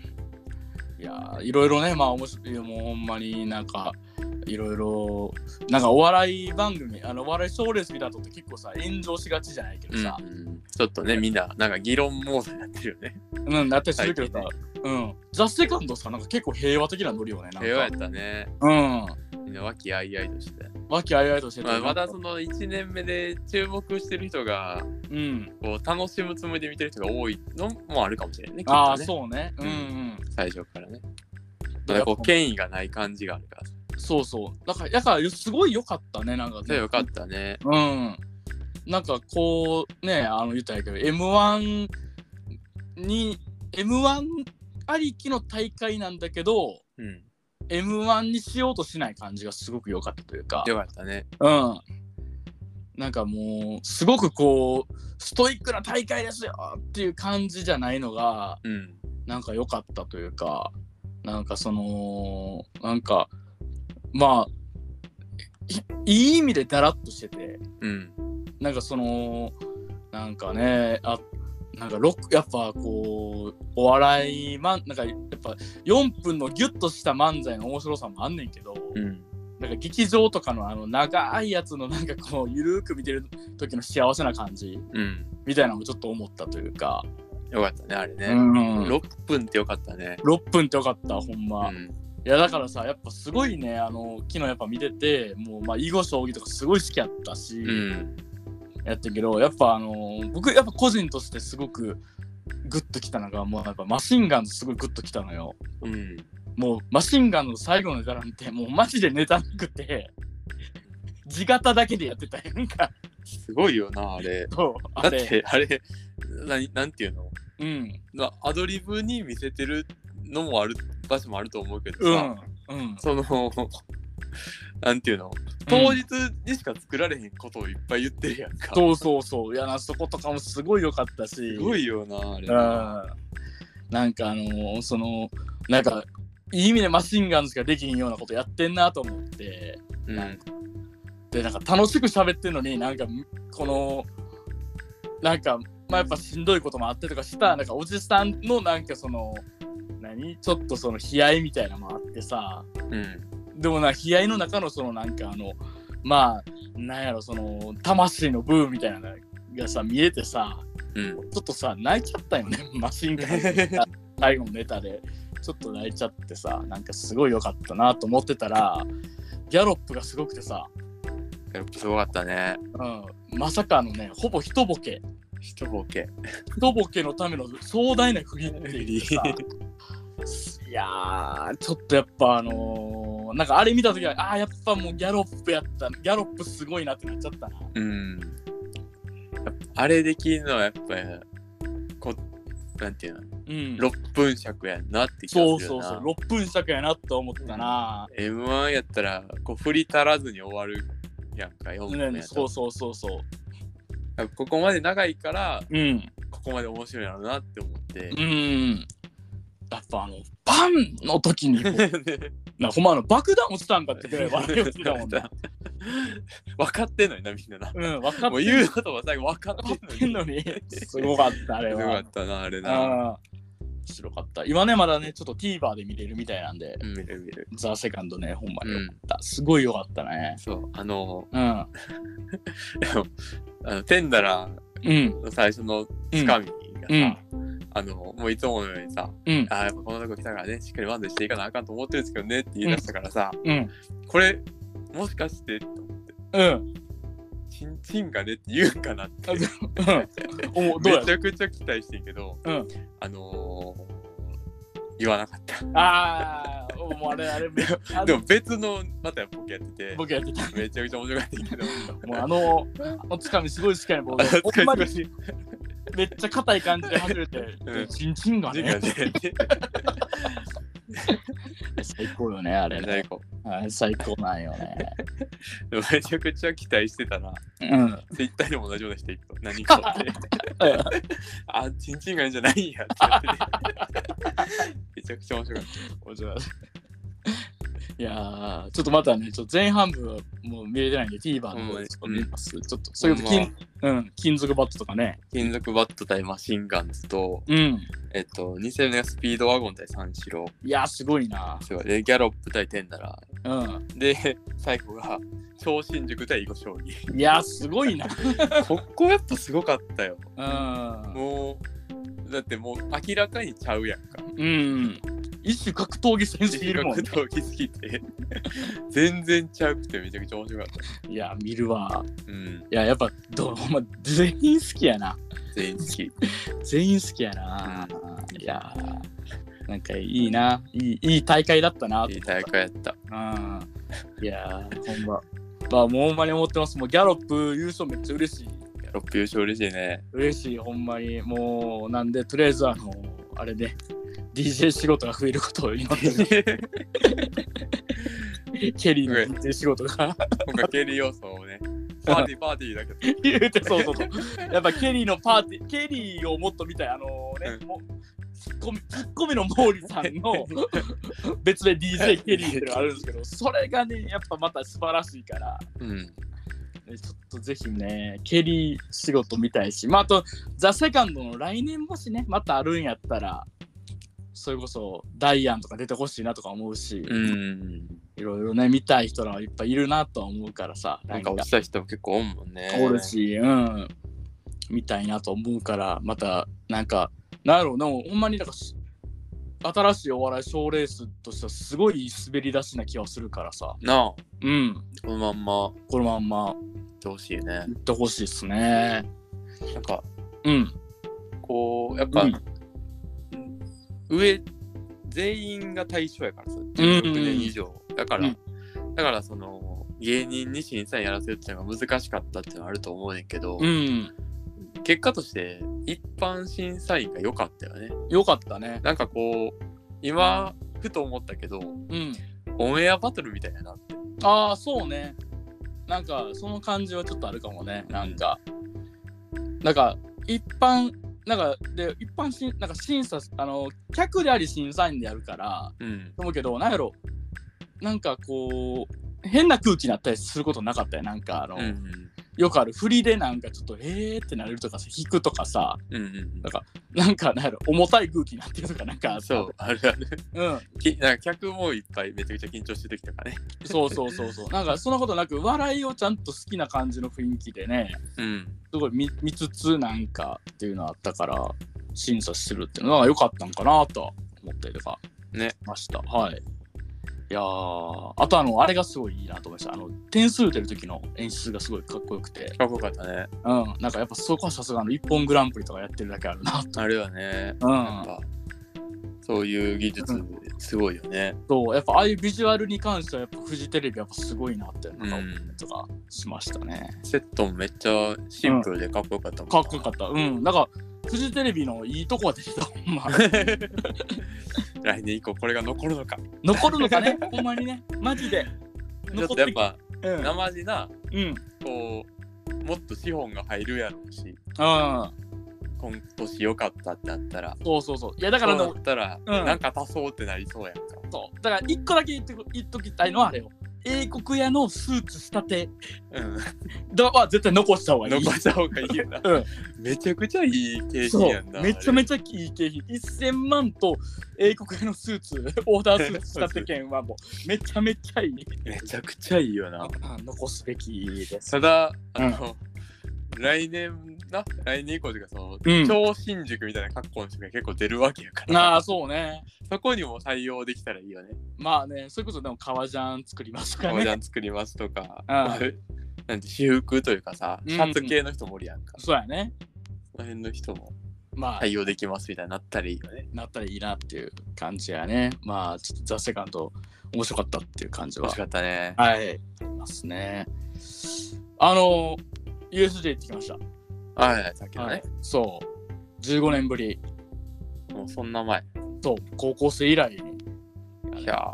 [SPEAKER 1] いやーいろいろねまあ面白いもうほんまになんかいろいろなんかお笑い番組あのお笑い賞レース見た後って結構さ炎上しがちじゃないけどさ、
[SPEAKER 2] うん、ちょっとね、みんな、なんか議論モードになってるよね。
[SPEAKER 1] うん、なったりするけどさ、うん。ザ・セカンドさ、なんか結構平和的なノリよね。なんか
[SPEAKER 2] 平和やったね。
[SPEAKER 1] うん。
[SPEAKER 2] みんな和気あいあいとして。
[SPEAKER 1] 和気あいあいとしてて
[SPEAKER 2] まあ、ま
[SPEAKER 1] な
[SPEAKER 2] だ
[SPEAKER 1] ん
[SPEAKER 2] そ
[SPEAKER 1] か
[SPEAKER 2] の1年目で注目してる人が、
[SPEAKER 1] うん。
[SPEAKER 2] こう楽しむつもりで見てる人が多いのもあるかもしれないね。きっとね
[SPEAKER 1] ああ、そうね。うんうん。
[SPEAKER 2] 最初からね。まだこう権威がない感じがあるからさ。
[SPEAKER 1] そうそう。だから、やからすごい良かったね、なんかね。
[SPEAKER 2] それよかったね。
[SPEAKER 1] うん。なんかこう、ね、あの言ったんやけど、M1 に、M1 ありきの大会なんだけど、
[SPEAKER 2] うん。
[SPEAKER 1] M1 にしようとしない感じがすごく良かったというか。
[SPEAKER 2] よかったね。
[SPEAKER 1] うん。なんかもう、すごくこう、ストイックな大会ですよっていう感じじゃないのが、
[SPEAKER 2] うん。
[SPEAKER 1] なんか良かったというか、なんかそのなんかまあいいい意味でだらっとしてて
[SPEAKER 2] うん。
[SPEAKER 1] なんかそのなんかねあなんかロックやっぱこうお笑いまんなんかやっぱ4分のギュッとした漫才の面白さもあんねんけど、
[SPEAKER 2] うん。
[SPEAKER 1] なんか劇場とかのあの長いやつのなんかこうゆるーく見てる時の幸せな感じ
[SPEAKER 2] うん。
[SPEAKER 1] みたいなのもちょっと思ったというか、
[SPEAKER 2] よかったね、あれ
[SPEAKER 1] う
[SPEAKER 2] ね。
[SPEAKER 1] ん6
[SPEAKER 2] 6分ってよかったね。
[SPEAKER 1] 分ってよかったほん
[SPEAKER 2] う
[SPEAKER 1] ま、い
[SPEAKER 2] ん。
[SPEAKER 1] やだからさやっぱすごいねあの昨日やっぱ見ててもうまあ囲碁将棋とかすごい好きやったし、
[SPEAKER 2] うん。
[SPEAKER 1] やったけどやっぱあの僕やっぱ個人としてすごくグッときたのがもうやっぱマシンガンズすごいグッときたのよ
[SPEAKER 2] うん。
[SPEAKER 1] もうマシンガンズの最後のネタなんてもうマジでネタなくて 地形だけでやってたやんか
[SPEAKER 2] すごいよな、あれ。
[SPEAKER 1] そう
[SPEAKER 2] だ
[SPEAKER 1] あ
[SPEAKER 2] っ
[SPEAKER 1] れ
[SPEAKER 2] て、あれ、ななんていうの
[SPEAKER 1] うん。
[SPEAKER 2] まあアドリブに見せてるのもある場所もあると思うけど
[SPEAKER 1] う
[SPEAKER 2] さ、
[SPEAKER 1] ん。うん。
[SPEAKER 2] そのなんていうの当日にしか作られへんことをいっぱい言ってるやんか、
[SPEAKER 1] そうそうそう。いやな、そことかもすごい良かったし。
[SPEAKER 2] すごいよなあれ
[SPEAKER 1] うん。なんかあのーその、なんか、いい意味でマシンガンズができひんようなことやってんなと思って、
[SPEAKER 2] うん
[SPEAKER 1] で、なんか楽しく喋ってんのに、なんか、この、なんか、まあやっぱしんどいこともあってとかした、なんかおじさんのなんかその、何ちょっとその悲哀みたいなのもあってさ、
[SPEAKER 2] うん
[SPEAKER 1] でもな、悲哀の中のそのなんかあの、まあ、なんやろ、その、魂のブーみたいなのがさ、見えてさ、
[SPEAKER 2] うん
[SPEAKER 1] ちょっとさ、泣いちゃったよね、 マシンガンズのネタ最後のネタで。ちょっと泣いちゃってさ、なんかすごい良かったなと思ってたら、ギャロップがすごくてさ、
[SPEAKER 2] やっぱすごかったね
[SPEAKER 1] うん、まさかのね、ほぼ一ボケ、
[SPEAKER 2] 一ボケ
[SPEAKER 1] 一ボケのための壮大な区切りっていうさ、 いやー、ちょっとやっぱあのーなんかあれ見たときは、ああ、やっぱもうギャロップやった、ギャロップすごいなってなっちゃったな。
[SPEAKER 2] うんやっぱあれできるのはやっぱこなんていうの
[SPEAKER 1] うん、
[SPEAKER 2] 6分尺やんなって気
[SPEAKER 1] そ
[SPEAKER 2] が
[SPEAKER 1] う
[SPEAKER 2] する
[SPEAKER 1] そ
[SPEAKER 2] よ
[SPEAKER 1] う
[SPEAKER 2] な
[SPEAKER 1] そう、6分尺やなと思ったな。
[SPEAKER 2] M1 やったらこう振り足らずに終わるやんか4
[SPEAKER 1] う
[SPEAKER 2] 分
[SPEAKER 1] ん
[SPEAKER 2] やった
[SPEAKER 1] そ
[SPEAKER 2] ら
[SPEAKER 1] うそうそうそう。
[SPEAKER 2] やっぱここまで長いから
[SPEAKER 1] うん。
[SPEAKER 2] ここまで面白いやろうなって思って
[SPEAKER 1] うん。やっぱあの、パンの時に、 なほんまあの爆弾落ちたんかってくらい笑いをしてたもんな。
[SPEAKER 2] 分かってんのになみんなな
[SPEAKER 1] うん、分かっ
[SPEAKER 2] もう
[SPEAKER 1] て
[SPEAKER 2] 言うことは最後分か
[SPEAKER 1] 分か
[SPEAKER 2] っ
[SPEAKER 1] って
[SPEAKER 2] てん
[SPEAKER 1] ん
[SPEAKER 2] の
[SPEAKER 1] の
[SPEAKER 2] に
[SPEAKER 1] に。すごかった、あれ
[SPEAKER 2] すごか
[SPEAKER 1] は
[SPEAKER 2] っ。たなあれ
[SPEAKER 1] うん。
[SPEAKER 2] な
[SPEAKER 1] 面白かった。今ね、まだね、ちょっと TVer で見れるみたいなんで、
[SPEAKER 2] うん見る見る
[SPEAKER 1] ザ・セカンドね、ほんまに
[SPEAKER 2] う
[SPEAKER 1] よか
[SPEAKER 2] ん
[SPEAKER 1] った。すごいよかったね。
[SPEAKER 2] そうあの
[SPEAKER 1] うん。
[SPEAKER 2] あのテンダラ
[SPEAKER 1] うん。
[SPEAKER 2] の最初のつかみがさ、
[SPEAKER 1] うん
[SPEAKER 2] あのもういつものようにさ
[SPEAKER 1] うん
[SPEAKER 2] 「あーやっぱこんなとこ来たからねしっかり漫才していかなあかんと思ってるんですけどね」って言い出したからさ、
[SPEAKER 1] うん。
[SPEAKER 2] これもしかしてと思って
[SPEAKER 1] うん。
[SPEAKER 2] 「チンチンがね」って言うんかなって
[SPEAKER 1] あうん。おどうや
[SPEAKER 2] めちゃくちゃ期待してんけど、
[SPEAKER 1] うん
[SPEAKER 2] あのー、言わなかった
[SPEAKER 1] ああ、もうあれ、あれ、めあ
[SPEAKER 2] でも別のまたボケやってて
[SPEAKER 1] 僕やってた。
[SPEAKER 2] めちゃくちゃ面白かったけ ど
[SPEAKER 1] もうあの、あのつかみすごい好きやね僕。ほんまにめっちゃ硬い感じで外れて、
[SPEAKER 2] うん
[SPEAKER 1] チンチンが
[SPEAKER 2] ジム
[SPEAKER 1] ね
[SPEAKER 2] が、出て
[SPEAKER 1] 最高よね、あれね
[SPEAKER 2] 最。高
[SPEAKER 1] はい最高なんよね。
[SPEAKER 2] でもめちゃくちゃ期待してたら
[SPEAKER 1] うん。
[SPEAKER 2] ツイッターにも同じような人いっ ぱい何かおってあチンチンがいいんじゃないんやって 言っててめちゃくちゃ面白かっ
[SPEAKER 1] いやー、ちょっとまたね、ちょっと前半部はもう見れてないんで、TVer
[SPEAKER 2] ほん
[SPEAKER 1] の方
[SPEAKER 2] まに
[SPEAKER 1] でちょっと見ます。ちょっと、それこそ金、うん、金属バットとかね。
[SPEAKER 2] た 金属バット対マシンガンズと
[SPEAKER 1] うん。
[SPEAKER 2] えっと2戦目がスピードワゴン対三四郎
[SPEAKER 1] いやー、すごいな。
[SPEAKER 2] すごいでギャロップ対テンダラ
[SPEAKER 1] うん。
[SPEAKER 2] で最後が超新塾対囲碁将 棋
[SPEAKER 1] いやー、すごいな。
[SPEAKER 2] ここやっぱすごかったよ
[SPEAKER 1] うん。
[SPEAKER 2] もうだってもう明らかにちゃうやんか
[SPEAKER 1] うん。一種格闘技選手い
[SPEAKER 2] 自
[SPEAKER 1] るもん
[SPEAKER 2] 覚
[SPEAKER 1] ね。
[SPEAKER 2] 闘技すぎて 全然ちゃうくてめちゃくちゃ面白かっ
[SPEAKER 1] いや、見るわ。
[SPEAKER 2] たうん
[SPEAKER 1] いや、やっぱ、どうほんま、全員好きやな。
[SPEAKER 2] 全員好き
[SPEAKER 1] 全員好きやな。いやー、なんかいいな。いいいい大会だったなと
[SPEAKER 2] い
[SPEAKER 1] 思
[SPEAKER 2] い
[SPEAKER 1] った。
[SPEAKER 2] 大会やった
[SPEAKER 1] うん。いやー、ほんま。まあ、もうほんまに思ってます。もうギャロップ優勝めっちゃ嬉しい。
[SPEAKER 2] ロッ優勝嬉しいね
[SPEAKER 1] 嬉しい、ほんまに。もう、なんで、とりあえず、あの、あれね、DJ 仕事が増えることを祈ってる ケリーの DJ 仕事が
[SPEAKER 2] 今回ケリー要素を ねパーティーパーティーだけど
[SPEAKER 1] 言 うて、そうそうそう。やっぱケリーのパーティー、ケリーをもっと見たい。あのね、
[SPEAKER 2] う
[SPEAKER 1] もツッコミ、ツッコミの毛利さん の別で DJ ケリーっていうのがあるんですけど、それがね、やっぱまた素晴らしいから、
[SPEAKER 2] うん。
[SPEAKER 1] えちょっとぜひね、ケリー仕事見たいし、まあ、あと、ザ・セカンドの来年もしね、またあるんやったら、それこそダイアンとか出てほしいなとか思うし、
[SPEAKER 2] うん。
[SPEAKER 1] いろいろね、見たい人らはいっぱいいるなとは思うからさ、
[SPEAKER 2] なんか落ちた人も結構おんもんね。
[SPEAKER 1] おるし、うん、みたいなと思うから、また、なんか、なんやろうな、ほんまになんかし、新しいお笑い賞ーレースとしてはすごい滑り出しな気はするからさ、
[SPEAKER 2] なあ、こ
[SPEAKER 1] うん、
[SPEAKER 2] のまんま
[SPEAKER 1] このまんま
[SPEAKER 2] 行ってほしいよね
[SPEAKER 1] い。ってほしいっすね。
[SPEAKER 2] なんか、
[SPEAKER 1] うん、
[SPEAKER 2] こう、やっぱ、
[SPEAKER 1] うん
[SPEAKER 2] 上、全員が対象やからさ、
[SPEAKER 1] うん
[SPEAKER 2] 16年以上。だから、
[SPEAKER 1] うん
[SPEAKER 2] だからその、芸人に審査員やらせるっていうのが難しかったっていうのはあると思うねんけど、
[SPEAKER 1] うん、
[SPEAKER 2] 結果として一般審査員が良かったよね。
[SPEAKER 1] よかったね。
[SPEAKER 2] なんかこう、今、ふと思ったけど、
[SPEAKER 1] うん。
[SPEAKER 2] オンエアバトルみたいやなって。
[SPEAKER 1] ああ、そうね。なんか、その感じはちょっとあるかもね。なんか、なんか、一般、なんか、で、一般しん、なんか審査、あの、客であり審査員でやるから、
[SPEAKER 2] うん。
[SPEAKER 1] 思うけど、なんやろ、なんかこう、変な空気になったりすることなかったよ。なんか、あの、
[SPEAKER 2] うん。
[SPEAKER 1] よくある振りでなんかちょっと、えーってなれるとかさ、引くとかさ、
[SPEAKER 2] うんうん
[SPEAKER 1] なんかなんか、なんやろ、重たい空気になってるとか、なん
[SPEAKER 2] う
[SPEAKER 1] か、
[SPEAKER 2] ん。そう、あるある。
[SPEAKER 1] う。うん。
[SPEAKER 2] きなんか客もいっぱいめちゃくちゃ緊張してきたからね。
[SPEAKER 1] そうそうそうそう。なんか、そんなことなく、笑いをちゃんと好きな感じの雰囲気でね、
[SPEAKER 2] うん。
[SPEAKER 1] すごい見見つつなんかっていうのあったから審査するっていうのが良かったんかなとは思ったりとか
[SPEAKER 2] ね
[SPEAKER 1] ました、はいいやーあとあのあれがすごいいいなと思いましたあの点数出る時の演出がすごいかっこよくて
[SPEAKER 2] かっこよかったね。
[SPEAKER 1] うんなんかやっぱそこはさすがあの一本グランプリとかやってるだけあるな
[SPEAKER 2] あれはね。
[SPEAKER 1] う
[SPEAKER 2] やっ
[SPEAKER 1] ん
[SPEAKER 2] ぱ、そういう技術、すごいよね。
[SPEAKER 1] そうやっぱああいうビジュアルに関してはやっぱフジテレビやっぱすごいなってなんか思ったりとかしましたね、
[SPEAKER 2] セットもめっちゃシンプルでかっこよかったもん
[SPEAKER 1] かっこよかったうんなんかフジテレビのいいとこは出てたほんま
[SPEAKER 2] 来年以降これが残るのか。
[SPEAKER 1] 残るのかね ほんまにねマジで
[SPEAKER 2] ちょっ
[SPEAKER 1] 残っ
[SPEAKER 2] とやって
[SPEAKER 1] きう
[SPEAKER 2] ぱ、
[SPEAKER 1] んうん
[SPEAKER 2] 生地な、
[SPEAKER 1] うん
[SPEAKER 2] こう、もっと資本が入るやろうし、今年良かったってなったら、
[SPEAKER 1] そうそうそういやだか
[SPEAKER 2] だからら
[SPEAKER 1] の
[SPEAKER 2] だったら、
[SPEAKER 1] うん
[SPEAKER 2] なんか足そうってなりそうやんか。
[SPEAKER 1] そうだから一個だけ言ってく言っときたいのはあれよ英国屋のスーツ仕立て
[SPEAKER 2] うん。
[SPEAKER 1] だは絶対残した方がいい
[SPEAKER 2] 残した方がいいよな。
[SPEAKER 1] うん
[SPEAKER 2] めちゃくちゃいい景品
[SPEAKER 1] そ
[SPEAKER 2] や
[SPEAKER 1] うん
[SPEAKER 2] な。
[SPEAKER 1] めちゃめ
[SPEAKER 2] ち
[SPEAKER 1] ちゃいい景品1000万と英国屋のスーツオーダースーツ仕立て券はもうめちゃめちゃいい
[SPEAKER 2] ゃ。めちゃくちゃいいよな。
[SPEAKER 1] あ残すべきです
[SPEAKER 2] ただ、あの、来年な、来年以降というか、その、
[SPEAKER 1] うん
[SPEAKER 2] 超新宿みたいな格好の人が結構出るわけやから、
[SPEAKER 1] ああそうね
[SPEAKER 2] そこにも採用できたらいいよね。
[SPEAKER 1] まあねそれこそでも革ジャン作りますから
[SPEAKER 2] 革
[SPEAKER 1] ね
[SPEAKER 2] ジャン作りますとか、
[SPEAKER 1] う
[SPEAKER 2] なんて私服というかさ、
[SPEAKER 1] うん
[SPEAKER 2] シャツ系の人もおるやんか。
[SPEAKER 1] そうやね
[SPEAKER 2] その辺の人も
[SPEAKER 1] まあ
[SPEAKER 2] 採用できますみたいになったらいいよね。
[SPEAKER 1] なったらいいなっていう感じやね。まあ、ちょっとザ・セカンド、面白かったっていう感じ
[SPEAKER 2] 欲
[SPEAKER 1] は
[SPEAKER 2] し。かったね。
[SPEAKER 1] はい。ありますね。あの、USJ 行ってきました。
[SPEAKER 2] はい、さっきのね、
[SPEAKER 1] そう。15年ぶり。
[SPEAKER 2] もうそんな前。
[SPEAKER 1] そう。高校生以来に
[SPEAKER 2] いや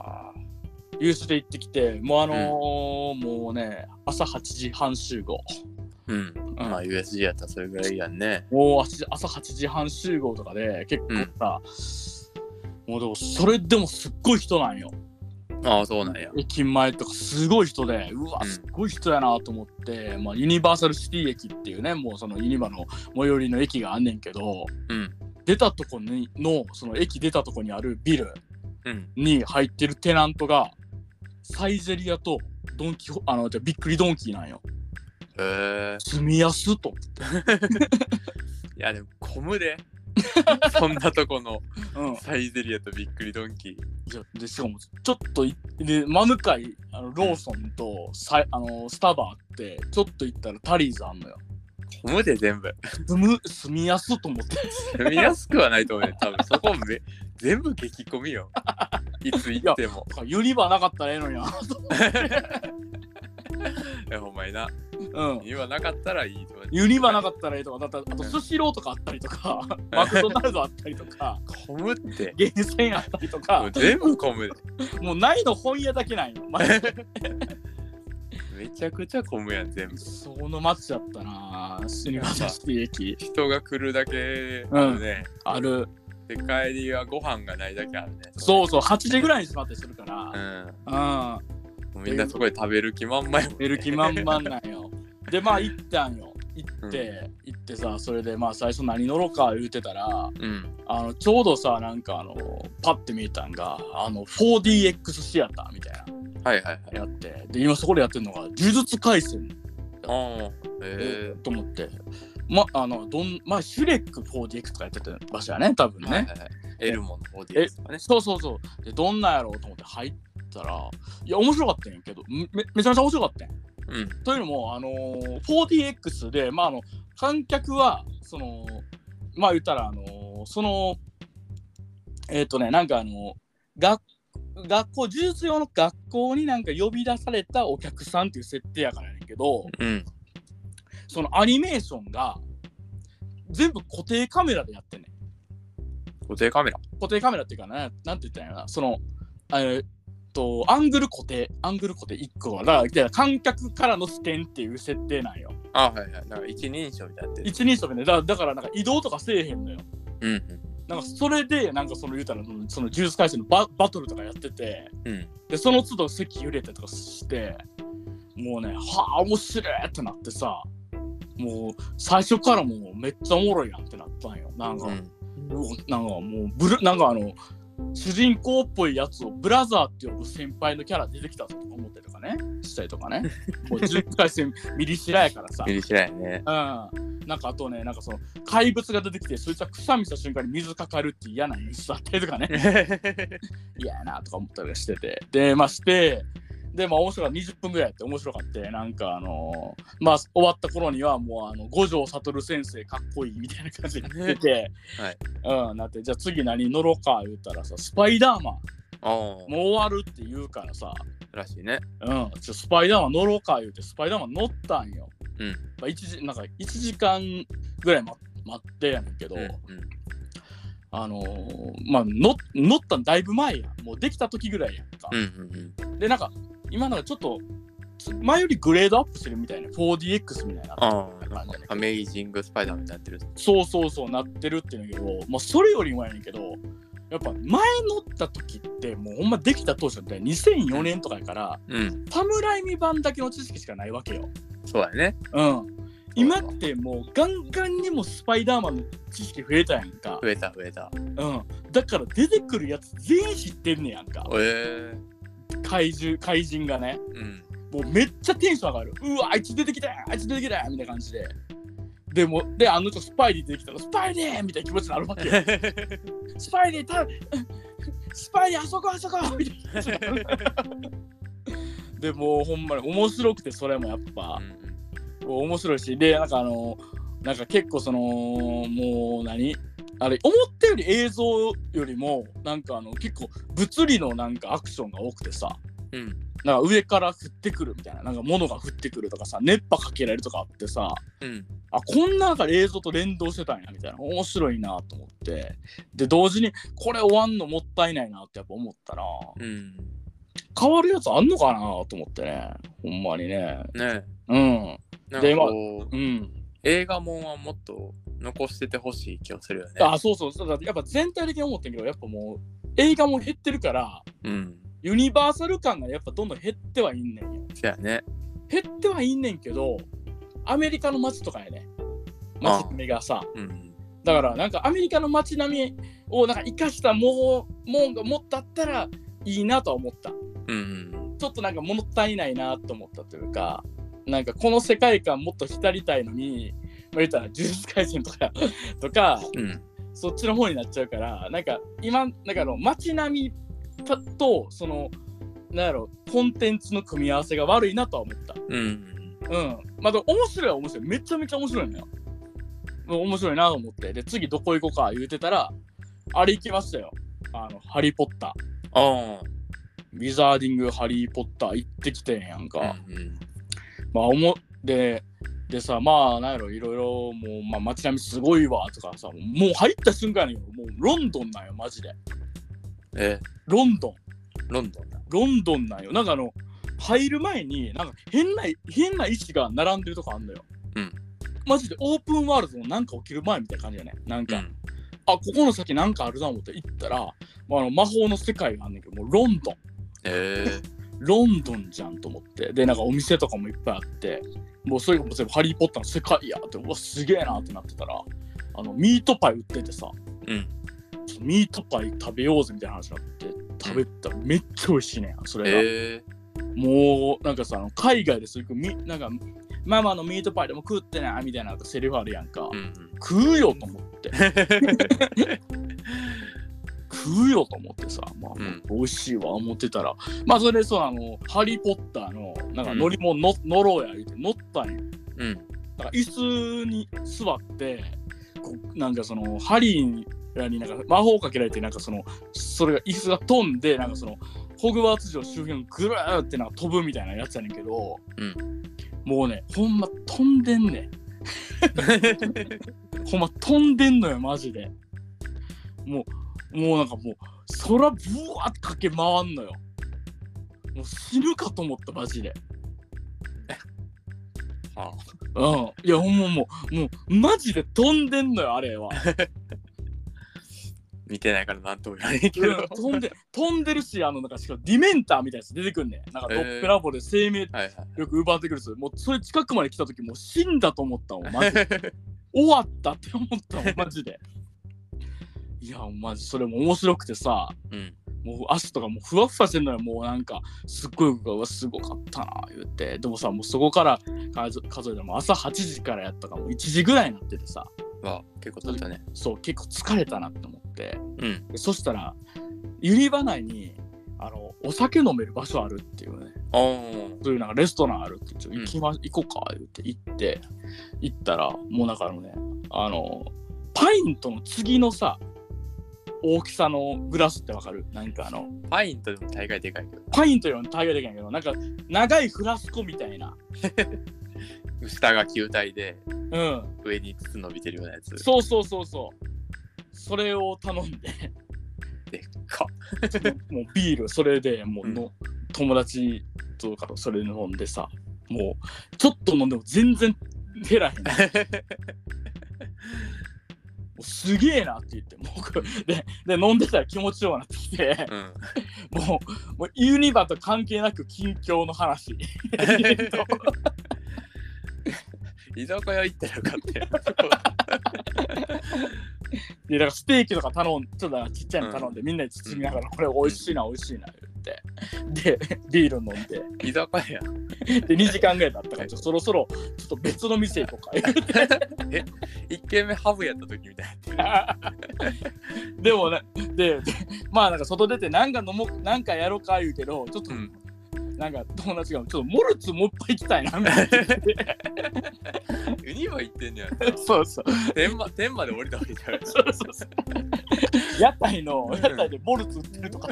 [SPEAKER 1] USJ 行ってきて、もうあのーもうね、朝8時半集合。
[SPEAKER 2] ー、うん。まあ、USG やったらそれぐらいやんね。
[SPEAKER 1] もうあし朝8時半集合とかで結構さ、もうでもそれでもすっごい人なんよ。
[SPEAKER 2] ああ、そうなんや。
[SPEAKER 1] 駅前とかすごい人でうわ
[SPEAKER 2] うん
[SPEAKER 1] すごい人やなと思って、まあ、ユニバーサルシティ駅っていうねもうそのユニバの最寄りの駅があんねんけど
[SPEAKER 2] うん。
[SPEAKER 1] 出たとこにのその駅出たとこにあるビル
[SPEAKER 2] うん。
[SPEAKER 1] に入ってるテナントがサイゼリアとドンキホあのじゃあびっくりドンキーなんよ
[SPEAKER 2] へえ。
[SPEAKER 1] 住みやすと、
[SPEAKER 2] いや、でも、混むで。そんなとこの
[SPEAKER 1] うん、い
[SPEAKER 2] サイゼリアとびっくりドンキー。
[SPEAKER 1] やでしかもちょっといで真向かいあのローソンとサイあのスタバあってちょっと行ったらタリーズあんのよ
[SPEAKER 2] 混むで、全部。
[SPEAKER 1] 住む住みやすと思って
[SPEAKER 2] 住みやすくはないと思うね。多分そこめ、全部激混みよ。いつ行っても。
[SPEAKER 1] ユニバなかったらええのに な
[SPEAKER 2] え、ほんまにな。
[SPEAKER 1] うん
[SPEAKER 2] 今なかったらいいと思う。
[SPEAKER 1] ユニバなかったらいいとか、だってあとスシローとかあったりとか、 マクドナルドあったりとか、
[SPEAKER 2] 混むって。
[SPEAKER 1] ゲーセンあったりと
[SPEAKER 2] も
[SPEAKER 1] か
[SPEAKER 2] う、全部混むで。
[SPEAKER 1] もうないの本屋だけない の。マジで
[SPEAKER 2] めちゃくちゃ混むやん、全部。
[SPEAKER 1] その街だったなぁ、ユニバーサルシティ駅
[SPEAKER 2] 人が来るだけあるね。
[SPEAKER 1] ある。
[SPEAKER 2] で帰りはご飯がないだけあるね
[SPEAKER 1] そうそう、8時ぐらいに閉まってするから
[SPEAKER 2] う、ん
[SPEAKER 1] うん、
[SPEAKER 2] もうみんなそこで食べる気満々よ
[SPEAKER 1] 寝る気満々なんよ。で、まあ行ったんよ。行って、行ってさ、それでまあ最初何乗ろうか言うてたら、
[SPEAKER 2] うん
[SPEAKER 1] あのちょうどさ、なんかあの、パッて見えたんが、あの 4DX シアターみたいな
[SPEAKER 2] はいはいはい
[SPEAKER 1] やって、で、今そこでやってるのが、呪術廻戦
[SPEAKER 2] ああえ
[SPEAKER 1] と思って、ま、あの、どん、まあ、シュレック 4DX とかやってた場所やね、多分
[SPEAKER 2] え
[SPEAKER 1] ね。
[SPEAKER 2] はいはいはいエルモの方でいいですかね
[SPEAKER 1] そうそうそう。で、どんなんやろうと思って入ったら、いや、面白かったんやけど、めめちゃめちゃ面白かったんや
[SPEAKER 2] うん
[SPEAKER 1] というのも、あのー 4DX で、まあ、あの、観客は、その、まあ言ったら、あのーその、えっ、とね、なんかあの、学学校、呪術用の学校になんか呼び出されたお客さんっていう設定やからやねんけど、
[SPEAKER 2] うん
[SPEAKER 1] そのアニメーションが全部固定カメラでやってんねん
[SPEAKER 2] 固定カメラ
[SPEAKER 1] 固定カメラっていうかな、なんて言ったんやろな、その、えーっと、アングル固定、アングル固定1個は、だからだから観客からの視点っていう設定なんよ。
[SPEAKER 2] あはいはいなんか一人称になってる
[SPEAKER 1] 一人称でね、だだからなんか移動とかせえへんのよ。
[SPEAKER 2] うん
[SPEAKER 1] なんかそれで、なんかその言うたら、そのジュース回戦のババトルとかやってて、
[SPEAKER 2] うんうん
[SPEAKER 1] で、その都度席揺れたりとかして、もうね、はあ、面白いってなってさ、もう最初からもうめっちゃおもろいやんってなったんよ。なんか、
[SPEAKER 2] うん
[SPEAKER 1] うおなんかもうブルなんかあの主人公っぽいやつをブラザーって呼ぶ先輩のキャラ出てきたぞとか思ったりとかねしたりとかねもう10回戦ミリ知らやからさ、う
[SPEAKER 2] 見りしないね
[SPEAKER 1] ん、なんかあとねなんかその怪物が出てきてそいつはくしゃみした瞬間に水かかるって嫌な演出だったりとかね嫌やなとか思ったりしててでまあしてでまあ面白かった20分ぐらいやって面白かってなんかあのーまあ終わった頃にはもうあの五条悟先生かっこいいみたいな感じになってて、うん、なってじゃあ次何乗ろうか言ったらさスパイダーマン
[SPEAKER 2] ああ
[SPEAKER 1] もう終わるって言うからさ、
[SPEAKER 2] らしいね
[SPEAKER 1] うん、ちょスパイダーマン乗ろうか言うてスパイダーマン乗ったんよ、
[SPEAKER 2] うん
[SPEAKER 1] まあ、一時なんか1時間ぐらい待待ってやねんけど、
[SPEAKER 2] うんうん
[SPEAKER 1] あのーまあ乗乗ったんだいぶ前やんもうできた時ぐらいやんか、
[SPEAKER 2] うんうん
[SPEAKER 1] でなんか今なんかちょっとつ前よりグレードアップしてるみたいな 4DX みたいな
[SPEAKER 2] ああ
[SPEAKER 1] 感じやねんけど
[SPEAKER 2] アメイジングスパイダーみたいになってる
[SPEAKER 1] そうそうそうなってるっていうんだけど、まあ、それよりもやねんけどやっぱ前乗った時ってもうほんまできた当初って2004年とかやから
[SPEAKER 2] うん
[SPEAKER 1] タムライミ版だけの知識しかないわけよ。
[SPEAKER 2] そうだね
[SPEAKER 1] うん今ってもうガンガンにもスパイダーマンの知識増えたやんか、
[SPEAKER 2] 増えた増えた
[SPEAKER 1] うん、だから出てくるやつ全員知ってんねやんか
[SPEAKER 2] ええ
[SPEAKER 1] 怪獣怪人がね
[SPEAKER 2] うん
[SPEAKER 1] もうめっちゃテンション上がる。うわ、あいつ出てきたあいつ出てきたみたいな感じで。でも、で、あの人スパイディ出てきたら、スパイディみたいな気持ちになるわけよ。スパイディ、たスパイディ、あそこあそこみたいな気持ちになる。 でもうほんまに面白くてそれもやっぱ
[SPEAKER 2] うん
[SPEAKER 1] 面白いしでなんかあのなんか結構そのもう何あれ思ったより映像よりもなんかあの結構物理のなんかアクションが多くてさ
[SPEAKER 2] うん
[SPEAKER 1] なんか上から降ってくるみたいな、なんか物が降ってくるとかさ、熱波かけられるとかあってさ、
[SPEAKER 2] うん
[SPEAKER 1] あ、こんな中で映像と連動してたんやみたいな、面白いなと思って、で、同時にこれ終わんのもったいないなってやっぱ思ったな、
[SPEAKER 2] うん
[SPEAKER 1] 変わるやつあんのかなと思ってね、ほんまにね。
[SPEAKER 2] ね
[SPEAKER 1] うん、
[SPEAKER 2] なん
[SPEAKER 1] で
[SPEAKER 2] か
[SPEAKER 1] まあ
[SPEAKER 2] こう
[SPEAKER 1] うん。
[SPEAKER 2] 映画もんはもっと残しててほしい気がするよね
[SPEAKER 1] あ、そうそう、そうだってやっぱ全体的に思ってんけど、やっぱもう映画も減ってるから、
[SPEAKER 2] うん
[SPEAKER 1] ユニバーサル感がやっぱどんどん減ってはいんねんよ。
[SPEAKER 2] そやね
[SPEAKER 1] 減ってはいんねんけど、アメリカの街とかやね、街並みがさ、
[SPEAKER 2] うん
[SPEAKER 1] だからなんかアメリカの街並みをなんか生かしたもうもんがもっとあったらいいなとは思った
[SPEAKER 2] うん
[SPEAKER 1] ちょっとなんか物足りないなと思ったというかなんかこの世界観もっと浸りたいのにまあ言ったら「呪術廻戦」とかとか
[SPEAKER 2] うん
[SPEAKER 1] そっちの方になっちゃうからなんか今なんかあの街並みたとそのなんやろコンテンツの組み合わせが悪いなとは思った
[SPEAKER 2] うん
[SPEAKER 1] うん。まあ、でも面白いは面白い。めちゃめちゃ面白いのよ。もう面白いなと思って。で、次どこ行こうか言うてたら、あれ行きましたよ。あの、ハリー・ポッター。
[SPEAKER 2] あ
[SPEAKER 1] ウィザーディング・ハリー・ポッター行ってきてんやん
[SPEAKER 2] あ
[SPEAKER 1] か。
[SPEAKER 2] うん
[SPEAKER 1] まあ、思で、でさ、まあ、なんやろ、いろいろ、もう、まあ、街並みすごいわ、とかさ、もう入った瞬間に、もう、ロンドンなんよ、マジで。
[SPEAKER 2] え
[SPEAKER 1] ロンドン。
[SPEAKER 2] ロンドンだ
[SPEAKER 1] ロンドンなんよ。なんかあの、入る前に、なんか変な、変な位置が並んでるとこあんのよ。
[SPEAKER 2] うん。
[SPEAKER 1] マジでオープンワールドのなんか起きる前みたいな感じよね。なんか、あここの先なんかあるな思って行ったら、まあ、あの魔法の世界があんねんけどもうロンドン
[SPEAKER 2] え
[SPEAKER 1] ロンドンじゃんと思ってでなんかお店とかもいっぱいあってもうそれがもう全部「ハリー・ポッターの世界や」ってうわすげえなってなってたらあのミートパイ売っててさ
[SPEAKER 2] うん
[SPEAKER 1] ちょっとミートパイ食べようぜみたいな話になって食べたらめっちゃ美味しいねんそれが、
[SPEAKER 2] え
[SPEAKER 1] もうなんかさあの海外ですごくみなんかママのミートパイでも食ってないみたいなセリフあるやんか、
[SPEAKER 2] うんうん
[SPEAKER 1] 食うよと思 って食うよと思ってさ、まあ
[SPEAKER 2] うん
[SPEAKER 1] 美味しいわ思ってたらまあそれでそうあの「ハリー・ポッター」のなんか乗り物の、乗ろうや言うて乗ったんよ
[SPEAKER 2] う
[SPEAKER 1] な
[SPEAKER 2] ん
[SPEAKER 1] んか椅子に座ってこうなんかそのハリーらになんか魔法をかけられてなんかそのそれが椅子が飛んでなんかそのホグワーツ城周辺をぐるーってなんか飛ぶみたいなやつやねんけど、
[SPEAKER 2] うん
[SPEAKER 1] もうねほんま飛んでんねんほんま飛んでんのよマジでもうもうなんかもう空ブワーって駆け回んのよもう死ぬかと思ったマジで
[SPEAKER 2] あ
[SPEAKER 1] うん。いや、ほんまもう、もう、マジで飛んでんのよ、あれは。
[SPEAKER 2] 見てないからなんとも言わないけ
[SPEAKER 1] う
[SPEAKER 2] ど、
[SPEAKER 1] ん飛んで、飛んでるし、あの、なんか、しかもディメンターみたいなやつ出てくんねん。なんか、ドッペラボで生命
[SPEAKER 2] はいはい
[SPEAKER 1] 力奪ってくるやつ。もう、それ近くまで来た時、もう死んだと思ったもん、マジで。 終わったって思ったもん、マジで。いや、マジ、それも面白くてさ、
[SPEAKER 2] うん
[SPEAKER 1] もう足とかもうふわふわしてんのよ、もうなんか、すっごい、うわすごかったな、言って。でもさ、もうそこから数数えても朝8時からやったから、もう1時ぐらいになっててさ。
[SPEAKER 2] わ結構経ったね
[SPEAKER 1] そう結構疲れたなって思って
[SPEAKER 2] うん
[SPEAKER 1] でそしたらユニバ内にあのお酒飲める場所あるっていうね
[SPEAKER 2] あー
[SPEAKER 1] そういうなんかレストランあるってちょ行き、ま行こうか言って行って行ったらもうなんかあのねあのパイントの次のさ大きさのグラスってわかるなんかあの
[SPEAKER 2] パインとでも大概でかいけど
[SPEAKER 1] パイントよりも大概できないけどなんか長いフラスコみたいな
[SPEAKER 2] 下が球体で
[SPEAKER 1] うん
[SPEAKER 2] 上に筒伸びてるようなやつ
[SPEAKER 1] そうそうそうそうそれを頼ん で
[SPEAKER 2] でっか
[SPEAKER 1] もうビールそれでもうの、友達とかとそれ飲んでさもうちょっと飲んでも全然減らへんもうすげえなって言ってもうこれ でで飲んでたら気持ちよくなってきて
[SPEAKER 2] うん
[SPEAKER 1] もう もうユニバと関係なく近況の 話
[SPEAKER 2] 居酒屋行ったらよかったよ
[SPEAKER 1] でだからステーキとか頼んちょっとちっちゃいの頼んで、みんなで包みながら、これ美味しいな美味しいな言ってでビール飲んで
[SPEAKER 2] 居酒屋
[SPEAKER 1] で2時間ぐらいだったからちょっとそろそろちょっと別の店行こうか
[SPEAKER 2] 一軒目ハブやった時みたいな
[SPEAKER 1] でもね、で、でまあなんか外出て、なんか飲もう、なんかやろうか言うけど、ちょっと、
[SPEAKER 2] うん
[SPEAKER 1] なんか友達が、ちょっとモルツもう一杯行きたいな、みたい
[SPEAKER 2] ユニバ行ってんねやった
[SPEAKER 1] な。
[SPEAKER 2] ら
[SPEAKER 1] そうそう。
[SPEAKER 2] 天ま天まで降りたわけじゃない
[SPEAKER 1] そうそうそう。 屋台の、屋台でモルツ売ってるとか。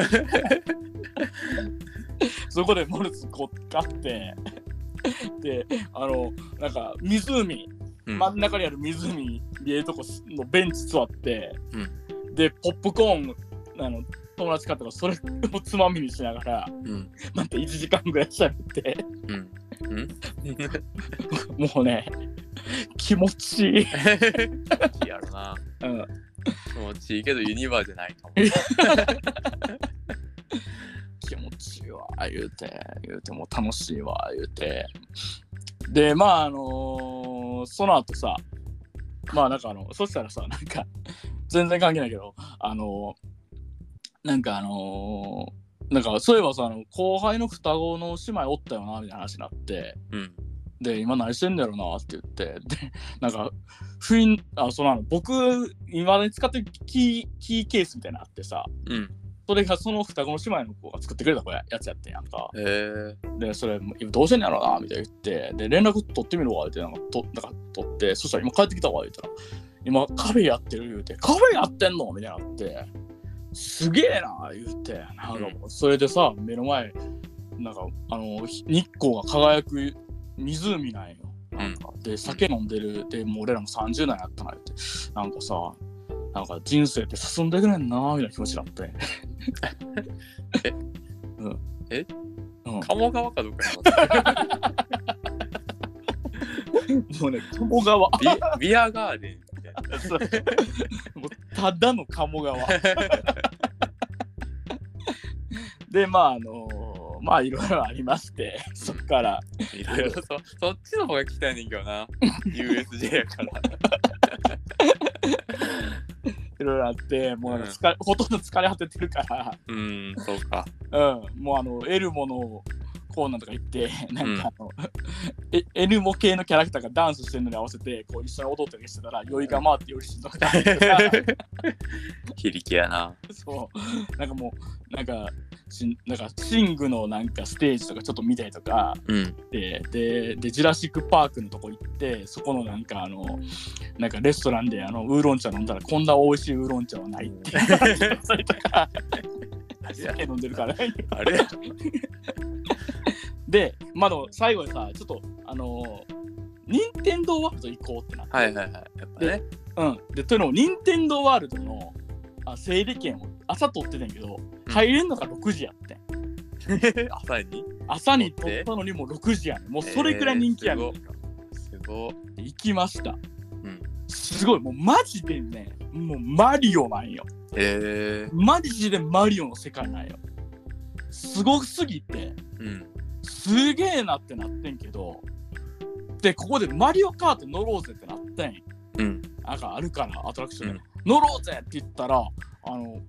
[SPEAKER 1] そこでモルツこう買って、で、あの、なんか湖、
[SPEAKER 2] うん
[SPEAKER 1] 真ん中にある湖にえるとこのベンチ座って、
[SPEAKER 2] う
[SPEAKER 1] でポップコーンあの友達買ったからそれをつまみにしながら
[SPEAKER 2] うん
[SPEAKER 1] なんて1時間ぐらいしゃべって
[SPEAKER 2] うん
[SPEAKER 1] もうね気持ちいい、
[SPEAKER 2] いいやろな
[SPEAKER 1] うん、
[SPEAKER 2] 気持ちいいけどユニバじゃないかも
[SPEAKER 1] 気持ちいいわ言うて言うてもう楽しいわ言うてでまああのーその後さまあなんかあのそしたらさなんか全然関係ないけどあのーなんかあのーなんかそういえばさあの後輩の双子の姉妹おったよなみたいな話になって
[SPEAKER 2] うん
[SPEAKER 1] で今何してんだろうなって言ってでなんか不意あそうなの僕今まで使ってるキーキーケースみたいなのあってさ
[SPEAKER 2] うん
[SPEAKER 1] それがその双子の姉妹の子が作ってくれたこれやつやってんやんか。
[SPEAKER 2] へえ
[SPEAKER 1] で、それ、どうしてんのやろなみたいな言って、で、連絡取ってみるわ、って、なんか、となんか取って、そしたら今帰ってきたわ、言ったら、今カフェやってる言うて、カフェやってんのみたいなって、すげえな、言うて、なんかもう、それでさ、目の前、なんか、あの、ひ日光が輝く湖なんよ。なんか、で、酒飲んでる、で、もう俺らも30代やったな、言って、なんかさ、なんか人生って進んでくれんな、みたいな気持ちになって。
[SPEAKER 2] え
[SPEAKER 1] うん。
[SPEAKER 2] え
[SPEAKER 1] うん、
[SPEAKER 2] 鴨川かどっかにあった
[SPEAKER 1] もうね、鴨川。
[SPEAKER 2] ビビアガーデンみたいな
[SPEAKER 1] そうもうただの鴨 川。で、まあ、あのまあ、いろいろありまして、そっから、
[SPEAKER 2] いろいろそそっちの方が聞きたいねんけどな USJ やから
[SPEAKER 1] いろいろあって、もうなんか疲れ、ほとんど疲れ果ててるから、
[SPEAKER 2] うーんそう か
[SPEAKER 1] うん、もうあの、得るものをコーナーとか行って、なんかあの、えエルモ系のキャラクターがダンスしてるのに合わせて、こう一緒に踊ったりしてたら、酔いが回って酔いしんどくなってさ
[SPEAKER 2] 響きやな
[SPEAKER 1] そう、なんかもう、なんか、しなんかシングのなんかステージとかちょっと見たりとか
[SPEAKER 2] うん
[SPEAKER 1] でででジュラシック・パークのとこ行ってそこのなんかあのなんかレストランであのウーロン茶飲んだらこんな美味しいウーロン茶はないっていうそれとか酒飲んでるから
[SPEAKER 2] あれ
[SPEAKER 1] で、まあ、でも最後にさ、ちょっと、あのー、任天堂ワールド行こうってなって。
[SPEAKER 2] はいはいはいやっぱね
[SPEAKER 1] うん。で、というのも、任天堂ワールドのあ整理券を朝取ってたんやけど、入れんのが6時やってん。
[SPEAKER 2] 朝に
[SPEAKER 1] 朝に取ったのにもう6時やねん。もうそれくらい人気やねん。
[SPEAKER 2] えーすごい
[SPEAKER 1] 行きました。
[SPEAKER 2] ん
[SPEAKER 1] すごい、もうマジでね、もうマリオなんよ。
[SPEAKER 2] えー、
[SPEAKER 1] マジでマリオの世界なんよ。すごすぎて、
[SPEAKER 2] うん
[SPEAKER 1] すげえなってなってんけど、で、ここでマリオカート乗ろうぜってなってん。
[SPEAKER 2] うん
[SPEAKER 1] なんかあるからアトラクションで、
[SPEAKER 2] うん
[SPEAKER 1] 乗ろうぜって言ったらあのもう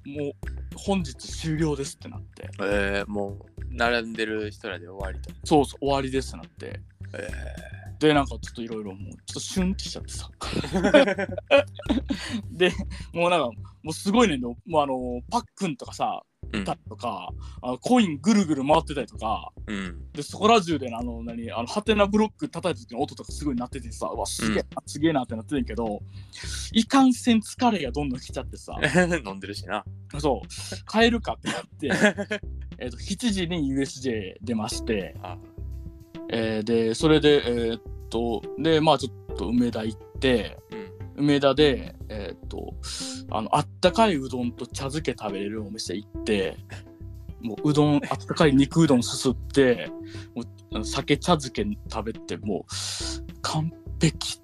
[SPEAKER 1] 本日終了ですってなって
[SPEAKER 2] えー、もう並んでる人らで終わりと
[SPEAKER 1] そうそう終わりですってなってでなんかちょっといろいろもうちょっとシュンってしちゃってさでもうなんかもうすごいねんでもうあのパックンとかさ
[SPEAKER 2] うん
[SPEAKER 1] たりとか、あのコインぐるぐる回ってたりとか
[SPEAKER 2] うん
[SPEAKER 1] でそこら中であの何あのハテナブロック叩いた時の音とかすごい鳴っててさうわすげえな、すげえなってなってんけどいかんせん疲れがどんどん来ちゃってさ
[SPEAKER 2] 飲んでるしな
[SPEAKER 1] そう、帰るかってなって、えっと7時に USJ 出まして、
[SPEAKER 2] あ
[SPEAKER 1] えーで、それで、えーっと、で、まあちょっと梅田行って、
[SPEAKER 2] うん
[SPEAKER 1] 梅田で、えーっと、あの、あったかいうどんと茶漬け食べれるお店行って、もうう どん、あったかい肉うどんすすって、もうあの酒茶漬け食べて、もう、完璧っ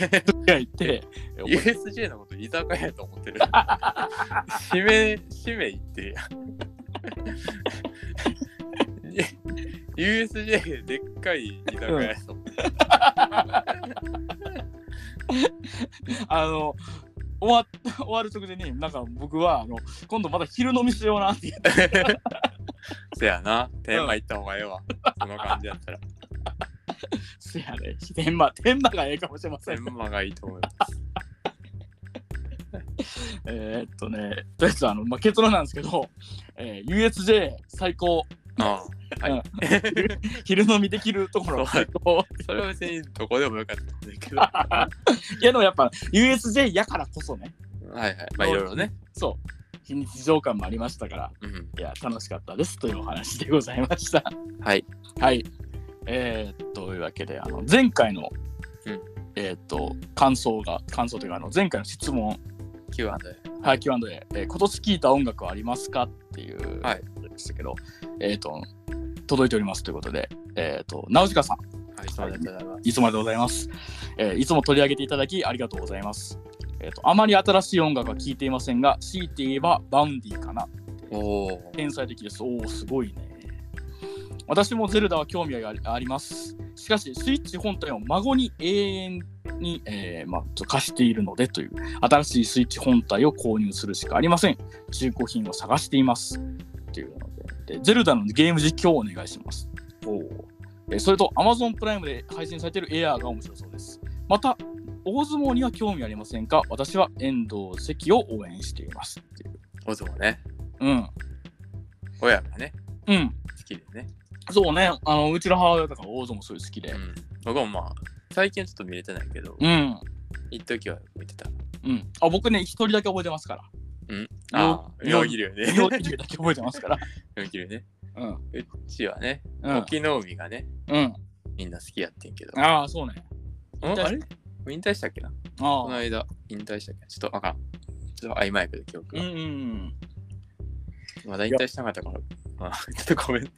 [SPEAKER 1] て、 言って、
[SPEAKER 2] USJ のこと居酒屋やと思ってる。締め、締め言ってるやん。USJ でっかい居酒屋やと思ってる。
[SPEAKER 1] あの終わっ終わる直前になんか僕はあの今度また昼飲みしようなって言って
[SPEAKER 2] せやな、天満行った方がええわ。その感じやったら。
[SPEAKER 1] せやね天満天満がええかもしれませ
[SPEAKER 2] 天
[SPEAKER 1] ん、
[SPEAKER 2] 満がいいと思いま
[SPEAKER 1] えーっとねとりあえずあの、まあ、結論なんですけど、えー USJ 最高
[SPEAKER 2] す。ああはい。
[SPEAKER 1] 昼飲みできるところ
[SPEAKER 2] そう
[SPEAKER 1] 最高
[SPEAKER 2] それは別にどこでもよかったんだけど。はい
[SPEAKER 1] やでもやっぱ USJ やからこそね
[SPEAKER 2] いはい。まあいろいろね。
[SPEAKER 1] そう非日常感もありましたから
[SPEAKER 2] うん。
[SPEAKER 1] いや楽しかったですというお話でございました
[SPEAKER 2] はい。
[SPEAKER 1] はい。えー、というわけで、あの前回の、
[SPEAKER 2] うん
[SPEAKER 1] えーっと、感想が、感想というか、あの前回の質問、
[SPEAKER 2] Q&A。
[SPEAKER 1] はい、Q&A、えー今年聴いた音楽はありますかっていう、
[SPEAKER 2] はい
[SPEAKER 1] でしたけど、えーっと、届いておりますということで、えーっと、ナウジカさん、
[SPEAKER 2] はい、そうでございます。
[SPEAKER 1] いつまでございます、えーいつも取り上げていただき、ありがとうございます。えーっと、あまり新しい音楽は聴いていませんが、強いて言えば、バウンディかな
[SPEAKER 2] おお。
[SPEAKER 1] 天才的です。おお、すごいね。私もゼルダは興味がありあります。しかし、スイッチ本体を孫に永遠に、えーまあ、ちょっと貸しているのでという、新しいスイッチ本体を購入するしかありません。中古品を探しています。というので、でゼルダのゲーム実況をお願いします。おお。えーそれと、Amazon プライムで配信されているエアーが面白そうです。また、大相撲には興味ありませんか私は遠藤関を応援しています。っていう
[SPEAKER 2] おつもね。
[SPEAKER 1] うん。
[SPEAKER 2] 親がね、
[SPEAKER 1] うん。
[SPEAKER 2] 好きでね。
[SPEAKER 1] そうね、あのうちの母親とか大相撲すごい好きで
[SPEAKER 2] う。ん。僕もまあ、最近はちょっと見れてないけど。
[SPEAKER 1] うん。
[SPEAKER 2] 一時は見てた。
[SPEAKER 1] うん。あ、僕ね、一人だけ覚えてますから。
[SPEAKER 2] ああ、
[SPEAKER 1] 妙
[SPEAKER 2] 妙義龍ね。
[SPEAKER 1] 妙義龍だけ覚えてますから。
[SPEAKER 2] 妙義龍ね。
[SPEAKER 1] うん。
[SPEAKER 2] うちはね、
[SPEAKER 1] うん。
[SPEAKER 2] 沖の海がね、
[SPEAKER 1] うん、
[SPEAKER 2] みんな好きやってんけど。
[SPEAKER 1] ああ、そうね。
[SPEAKER 2] う
[SPEAKER 1] 確
[SPEAKER 2] ん
[SPEAKER 1] か
[SPEAKER 2] あれ引退したっけな
[SPEAKER 1] あ
[SPEAKER 2] この
[SPEAKER 1] あ。
[SPEAKER 2] 間、引退したっけなちょっとあかん。ちょっと曖昧やけど記憶
[SPEAKER 1] うん
[SPEAKER 2] が。
[SPEAKER 1] うんうん。
[SPEAKER 2] まだ引退したかったから、あ ちょっとごめ んね。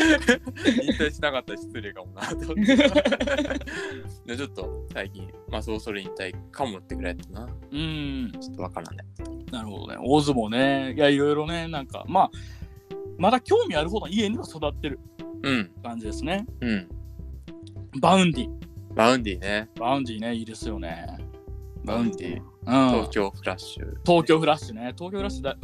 [SPEAKER 2] 引退しなかったら失礼かもなと思って。でちょっと最近、まあそろそろ引退かもってぐらいやったな。
[SPEAKER 1] うん。
[SPEAKER 2] ちょっとわからない。
[SPEAKER 1] なるほどね。大相撲ね。いや、いろいろね、なんか、まあ、まだ興味あるほど家には育ってる
[SPEAKER 2] うん、
[SPEAKER 1] 感じですね。
[SPEAKER 2] うん。
[SPEAKER 1] バウンディ。
[SPEAKER 2] バウンディね。
[SPEAKER 1] バウンディね、いいですよね。
[SPEAKER 2] バウンディ、
[SPEAKER 1] ィうん
[SPEAKER 2] 東。京フラッシュ。
[SPEAKER 1] 東京フラッシュね。東京フラッシュだ。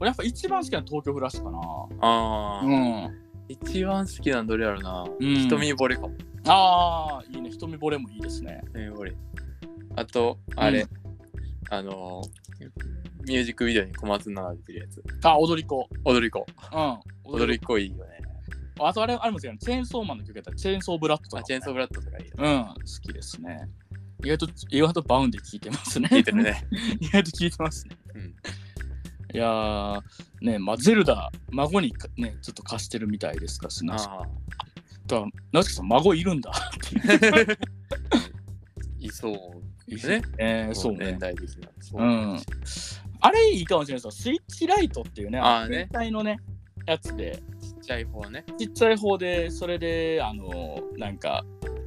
[SPEAKER 1] 俺やっぱ一番好きなの東京フラッシュかな。
[SPEAKER 2] ああ、
[SPEAKER 1] うん。
[SPEAKER 2] 一番好きなのどれやろな。
[SPEAKER 1] うん
[SPEAKER 2] 瞳惚れかも。
[SPEAKER 1] ああ、いいね。瞳惚れもいいですね。
[SPEAKER 2] 瞳惚れ。あと、あれ、
[SPEAKER 1] うん
[SPEAKER 2] あのーミュージックビデオに小松菜が出てるやつ。
[SPEAKER 1] あ、踊り子。
[SPEAKER 2] 踊り子。
[SPEAKER 1] うん。
[SPEAKER 2] 踊り子いいよね。
[SPEAKER 1] あとあれ、あれもですよね。チェーンソーマンの曲やったら、チェーンソーブラッドとか、
[SPEAKER 2] あ、チェーンソーブラッドとかいいよね。
[SPEAKER 1] うん、好きですね。意外と、意外とバウンディ聞いてますね。
[SPEAKER 2] 聞いてる。ね。
[SPEAKER 1] 意外と聞いてますね。
[SPEAKER 2] うん
[SPEAKER 1] いやー、ね、まあ、ゼルダ、孫にかね、ちょっと貸してるみたいですから、なし
[SPEAKER 2] ああ。
[SPEAKER 1] とは、なしかさん、孫いるん だっていう。
[SPEAKER 2] いそうですね。
[SPEAKER 1] えー、そうね
[SPEAKER 2] 年。代的な。そうう。
[SPEAKER 1] ん。あれいいかもしれないですよ。スイッチライトっていうね、
[SPEAKER 2] あーね
[SPEAKER 1] 全体のね、やつで、
[SPEAKER 2] ちっちゃい方ね。
[SPEAKER 1] ちっちゃい方で、それで、あの、なんか、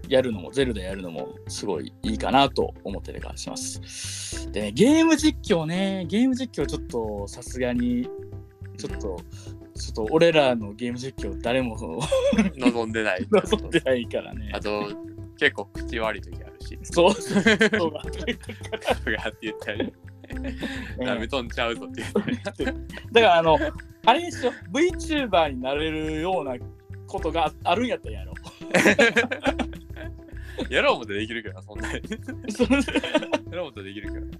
[SPEAKER 1] やるのも、ゼルダやるのも、すごいいいかなと思ってるからします。でね、ゲーム実況ね、ゲーム実況ちょっと、さすがに、ちょっと、ちょっと、俺らのゲーム実況、誰も
[SPEAKER 2] 望んでない。
[SPEAKER 1] 望んでないからね
[SPEAKER 2] あ。と、結構口悪い時あるし。
[SPEAKER 1] そう、そう、そうだ
[SPEAKER 2] とかって言ったり、ダメ飛んちゃうぞって言ったり。
[SPEAKER 1] だから、あの、あれにしよう、VTuber になれるようなことがあるんやったらやろう。
[SPEAKER 2] やろうもとできるけどな、そ んなに。やろうもとできるけどな。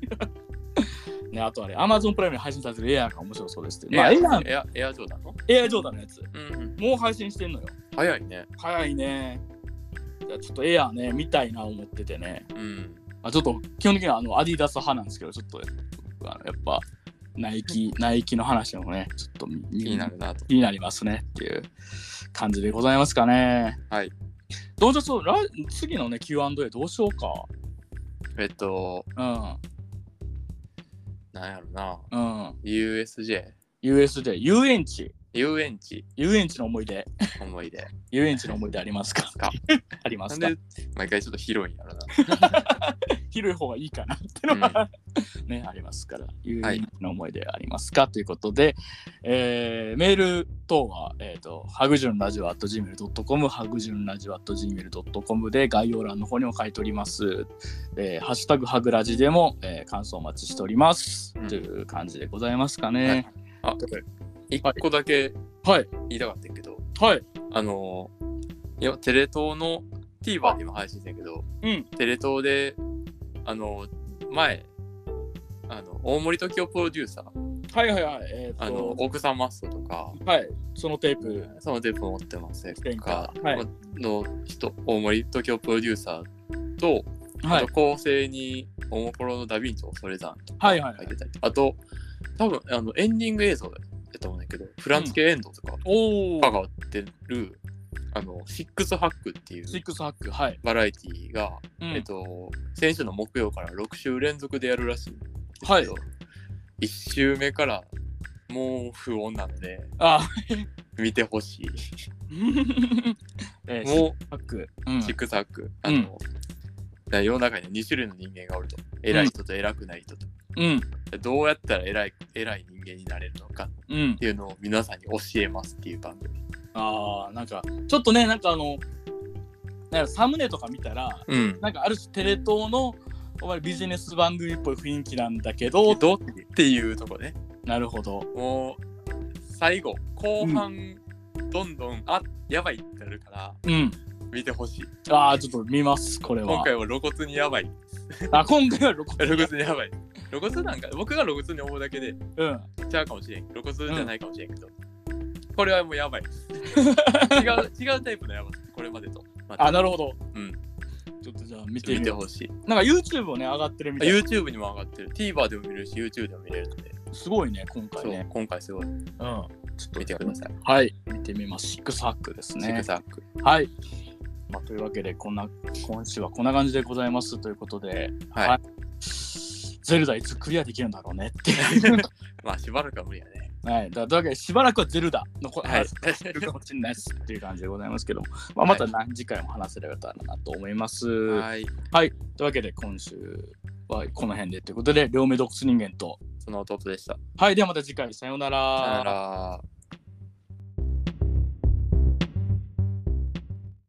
[SPEAKER 1] ね、あとあれ、Amazon プライムに配信されてるエアーが面白そうですって。まあ、エアー、
[SPEAKER 2] エア、エア上だの
[SPEAKER 1] エアージョーダンのやつ、
[SPEAKER 2] うん。
[SPEAKER 1] もう配信してんのよ。
[SPEAKER 2] 早いね。
[SPEAKER 1] 早いね。いやちょっとエアーね、見たいな思っててね。
[SPEAKER 2] うん。
[SPEAKER 1] あちょっと、基本的にはあのアディダス派なんですけど、ちょっと、あのやっぱ、ナイキ、ナイキの話もね、ちょっと見
[SPEAKER 2] 気になるなと。
[SPEAKER 1] 気になりますねっていう感じでございますかね。
[SPEAKER 2] はい。
[SPEAKER 1] どうぞ、そう来次のね、Q&A どうしようか。
[SPEAKER 2] えっと、
[SPEAKER 1] うん、
[SPEAKER 2] なんやろな。
[SPEAKER 1] うん。
[SPEAKER 2] USJ。
[SPEAKER 1] USJ、遊園地、
[SPEAKER 2] 遊園地
[SPEAKER 1] 遊園地の思い出。
[SPEAKER 2] 思い出。
[SPEAKER 1] 遊園地の思い出ありますか
[SPEAKER 2] か
[SPEAKER 1] ありま
[SPEAKER 2] な
[SPEAKER 1] す
[SPEAKER 2] ん
[SPEAKER 1] か
[SPEAKER 2] で、毎回ちょっと広いんやろな。
[SPEAKER 1] 広い方がいいかなっていうの は、ねありますから有意義な思い出ありますか、ということで、えーメール等は、えー、とハグジュンラジオ at gmail.com ハグジュンラジオ at gmail.com で概要欄の方にも書いております、えーハッシュタグハグラジでも、えー感想お待ちしております、
[SPEAKER 2] うん
[SPEAKER 1] という感じでございますかね
[SPEAKER 2] あ、一個だけ
[SPEAKER 1] はい
[SPEAKER 2] 言いたかったけど、
[SPEAKER 1] はい
[SPEAKER 2] あのー、いやテレ東の TVer で今配信してんけど、
[SPEAKER 1] うん
[SPEAKER 2] テレ東で、あのー、前、あの、大森時生プロデューサー、
[SPEAKER 1] はいはいはいえっ、
[SPEAKER 2] あの
[SPEAKER 1] と、
[SPEAKER 2] 奥さんマストとか、
[SPEAKER 1] はいそのテープ
[SPEAKER 2] そのテープ持ってますと
[SPEAKER 1] てん
[SPEAKER 2] か
[SPEAKER 1] か、はい
[SPEAKER 2] の人、大森時生プロデューサーと、
[SPEAKER 1] は
[SPEAKER 2] あ
[SPEAKER 1] い
[SPEAKER 2] と構成におもころのダヴィンチを恐れたんとか
[SPEAKER 1] は
[SPEAKER 2] 書
[SPEAKER 1] い
[SPEAKER 2] い
[SPEAKER 1] はいはい
[SPEAKER 2] てたりとか、あと、多分あのエンディング映像だと思うんだけど、フランス系エンドとか、
[SPEAKER 1] おお
[SPEAKER 2] 関わってる、あの、シックスハックっていう
[SPEAKER 1] シックスハックはい、
[SPEAKER 2] バラエティが、
[SPEAKER 1] うん
[SPEAKER 2] えっと、先週の木曜から6週連続でやるらしいんですけど、
[SPEAKER 1] はい
[SPEAKER 2] 1週目からもう不穏なので、
[SPEAKER 1] あ
[SPEAKER 2] 見てほしい。
[SPEAKER 1] えー、シック
[SPEAKER 2] も
[SPEAKER 1] スハック、うん
[SPEAKER 2] う、シックスハック。あの、だから世の中には2種類の人間がおると。偉い人と偉くない人と。
[SPEAKER 1] うん
[SPEAKER 2] どうやったら偉い偉い人間になれるのかっ
[SPEAKER 1] うん
[SPEAKER 2] ていうのを皆さんに教えますっていう番組。
[SPEAKER 1] ああなんかちょっとねなんかあのなんかサムネとか見たら
[SPEAKER 2] うん。
[SPEAKER 1] なんかある種テレ東のお前ビジネス番組っぽい雰囲気なんだけど
[SPEAKER 2] どうっていうとこね。
[SPEAKER 1] なるほど
[SPEAKER 2] もう最後後半、どんどんあやばいってなるから
[SPEAKER 1] うん
[SPEAKER 2] 見てほしい
[SPEAKER 1] ああちょっと見ますこれは
[SPEAKER 2] 今回は露骨にやばい
[SPEAKER 1] あ今回はロコ
[SPEAKER 2] 露骨にやばい露骨なんか僕が露骨に思うだけで
[SPEAKER 1] うん
[SPEAKER 2] ちゃうかもしれん露骨じゃないかもしれんけど、これはもう やばい違う違うタイプのやばさこれまでと、また
[SPEAKER 1] あなるほど
[SPEAKER 2] うん
[SPEAKER 1] ちょっとじゃあ見て
[SPEAKER 2] 見
[SPEAKER 1] み
[SPEAKER 2] て
[SPEAKER 1] よ
[SPEAKER 2] ほしいう
[SPEAKER 1] なんか YouTube をね上がってるみ
[SPEAKER 2] あ
[SPEAKER 1] たい
[SPEAKER 2] YouTube にも上がってる TVer でも見れるし YouTube でも見れるので、
[SPEAKER 1] すごいね今回
[SPEAKER 2] そう
[SPEAKER 1] ね
[SPEAKER 2] 今回すごい
[SPEAKER 1] うんちょっと
[SPEAKER 2] 見てください、
[SPEAKER 1] はい見てみますシックスハックですね
[SPEAKER 2] シグザック
[SPEAKER 1] はい。まあ、というわけで、こんな、今週はこんな感じでございますということで、
[SPEAKER 2] は い、
[SPEAKER 1] はいゼルダいつクリアできるんだろうねっていう。
[SPEAKER 2] まあしばらくは無理やね
[SPEAKER 1] はい、だだからしばらくはゼルダのこ、
[SPEAKER 2] は
[SPEAKER 1] 話
[SPEAKER 2] い
[SPEAKER 1] してるかもしれないですっていう感じでございますけども、まあ、またな次回も話せれたらなと思います。
[SPEAKER 2] はい。
[SPEAKER 1] というわけで今週はこの辺でということで両目洞窟人間と
[SPEAKER 2] その弟でした。
[SPEAKER 1] はいではまた次回さようなら
[SPEAKER 2] さよなら。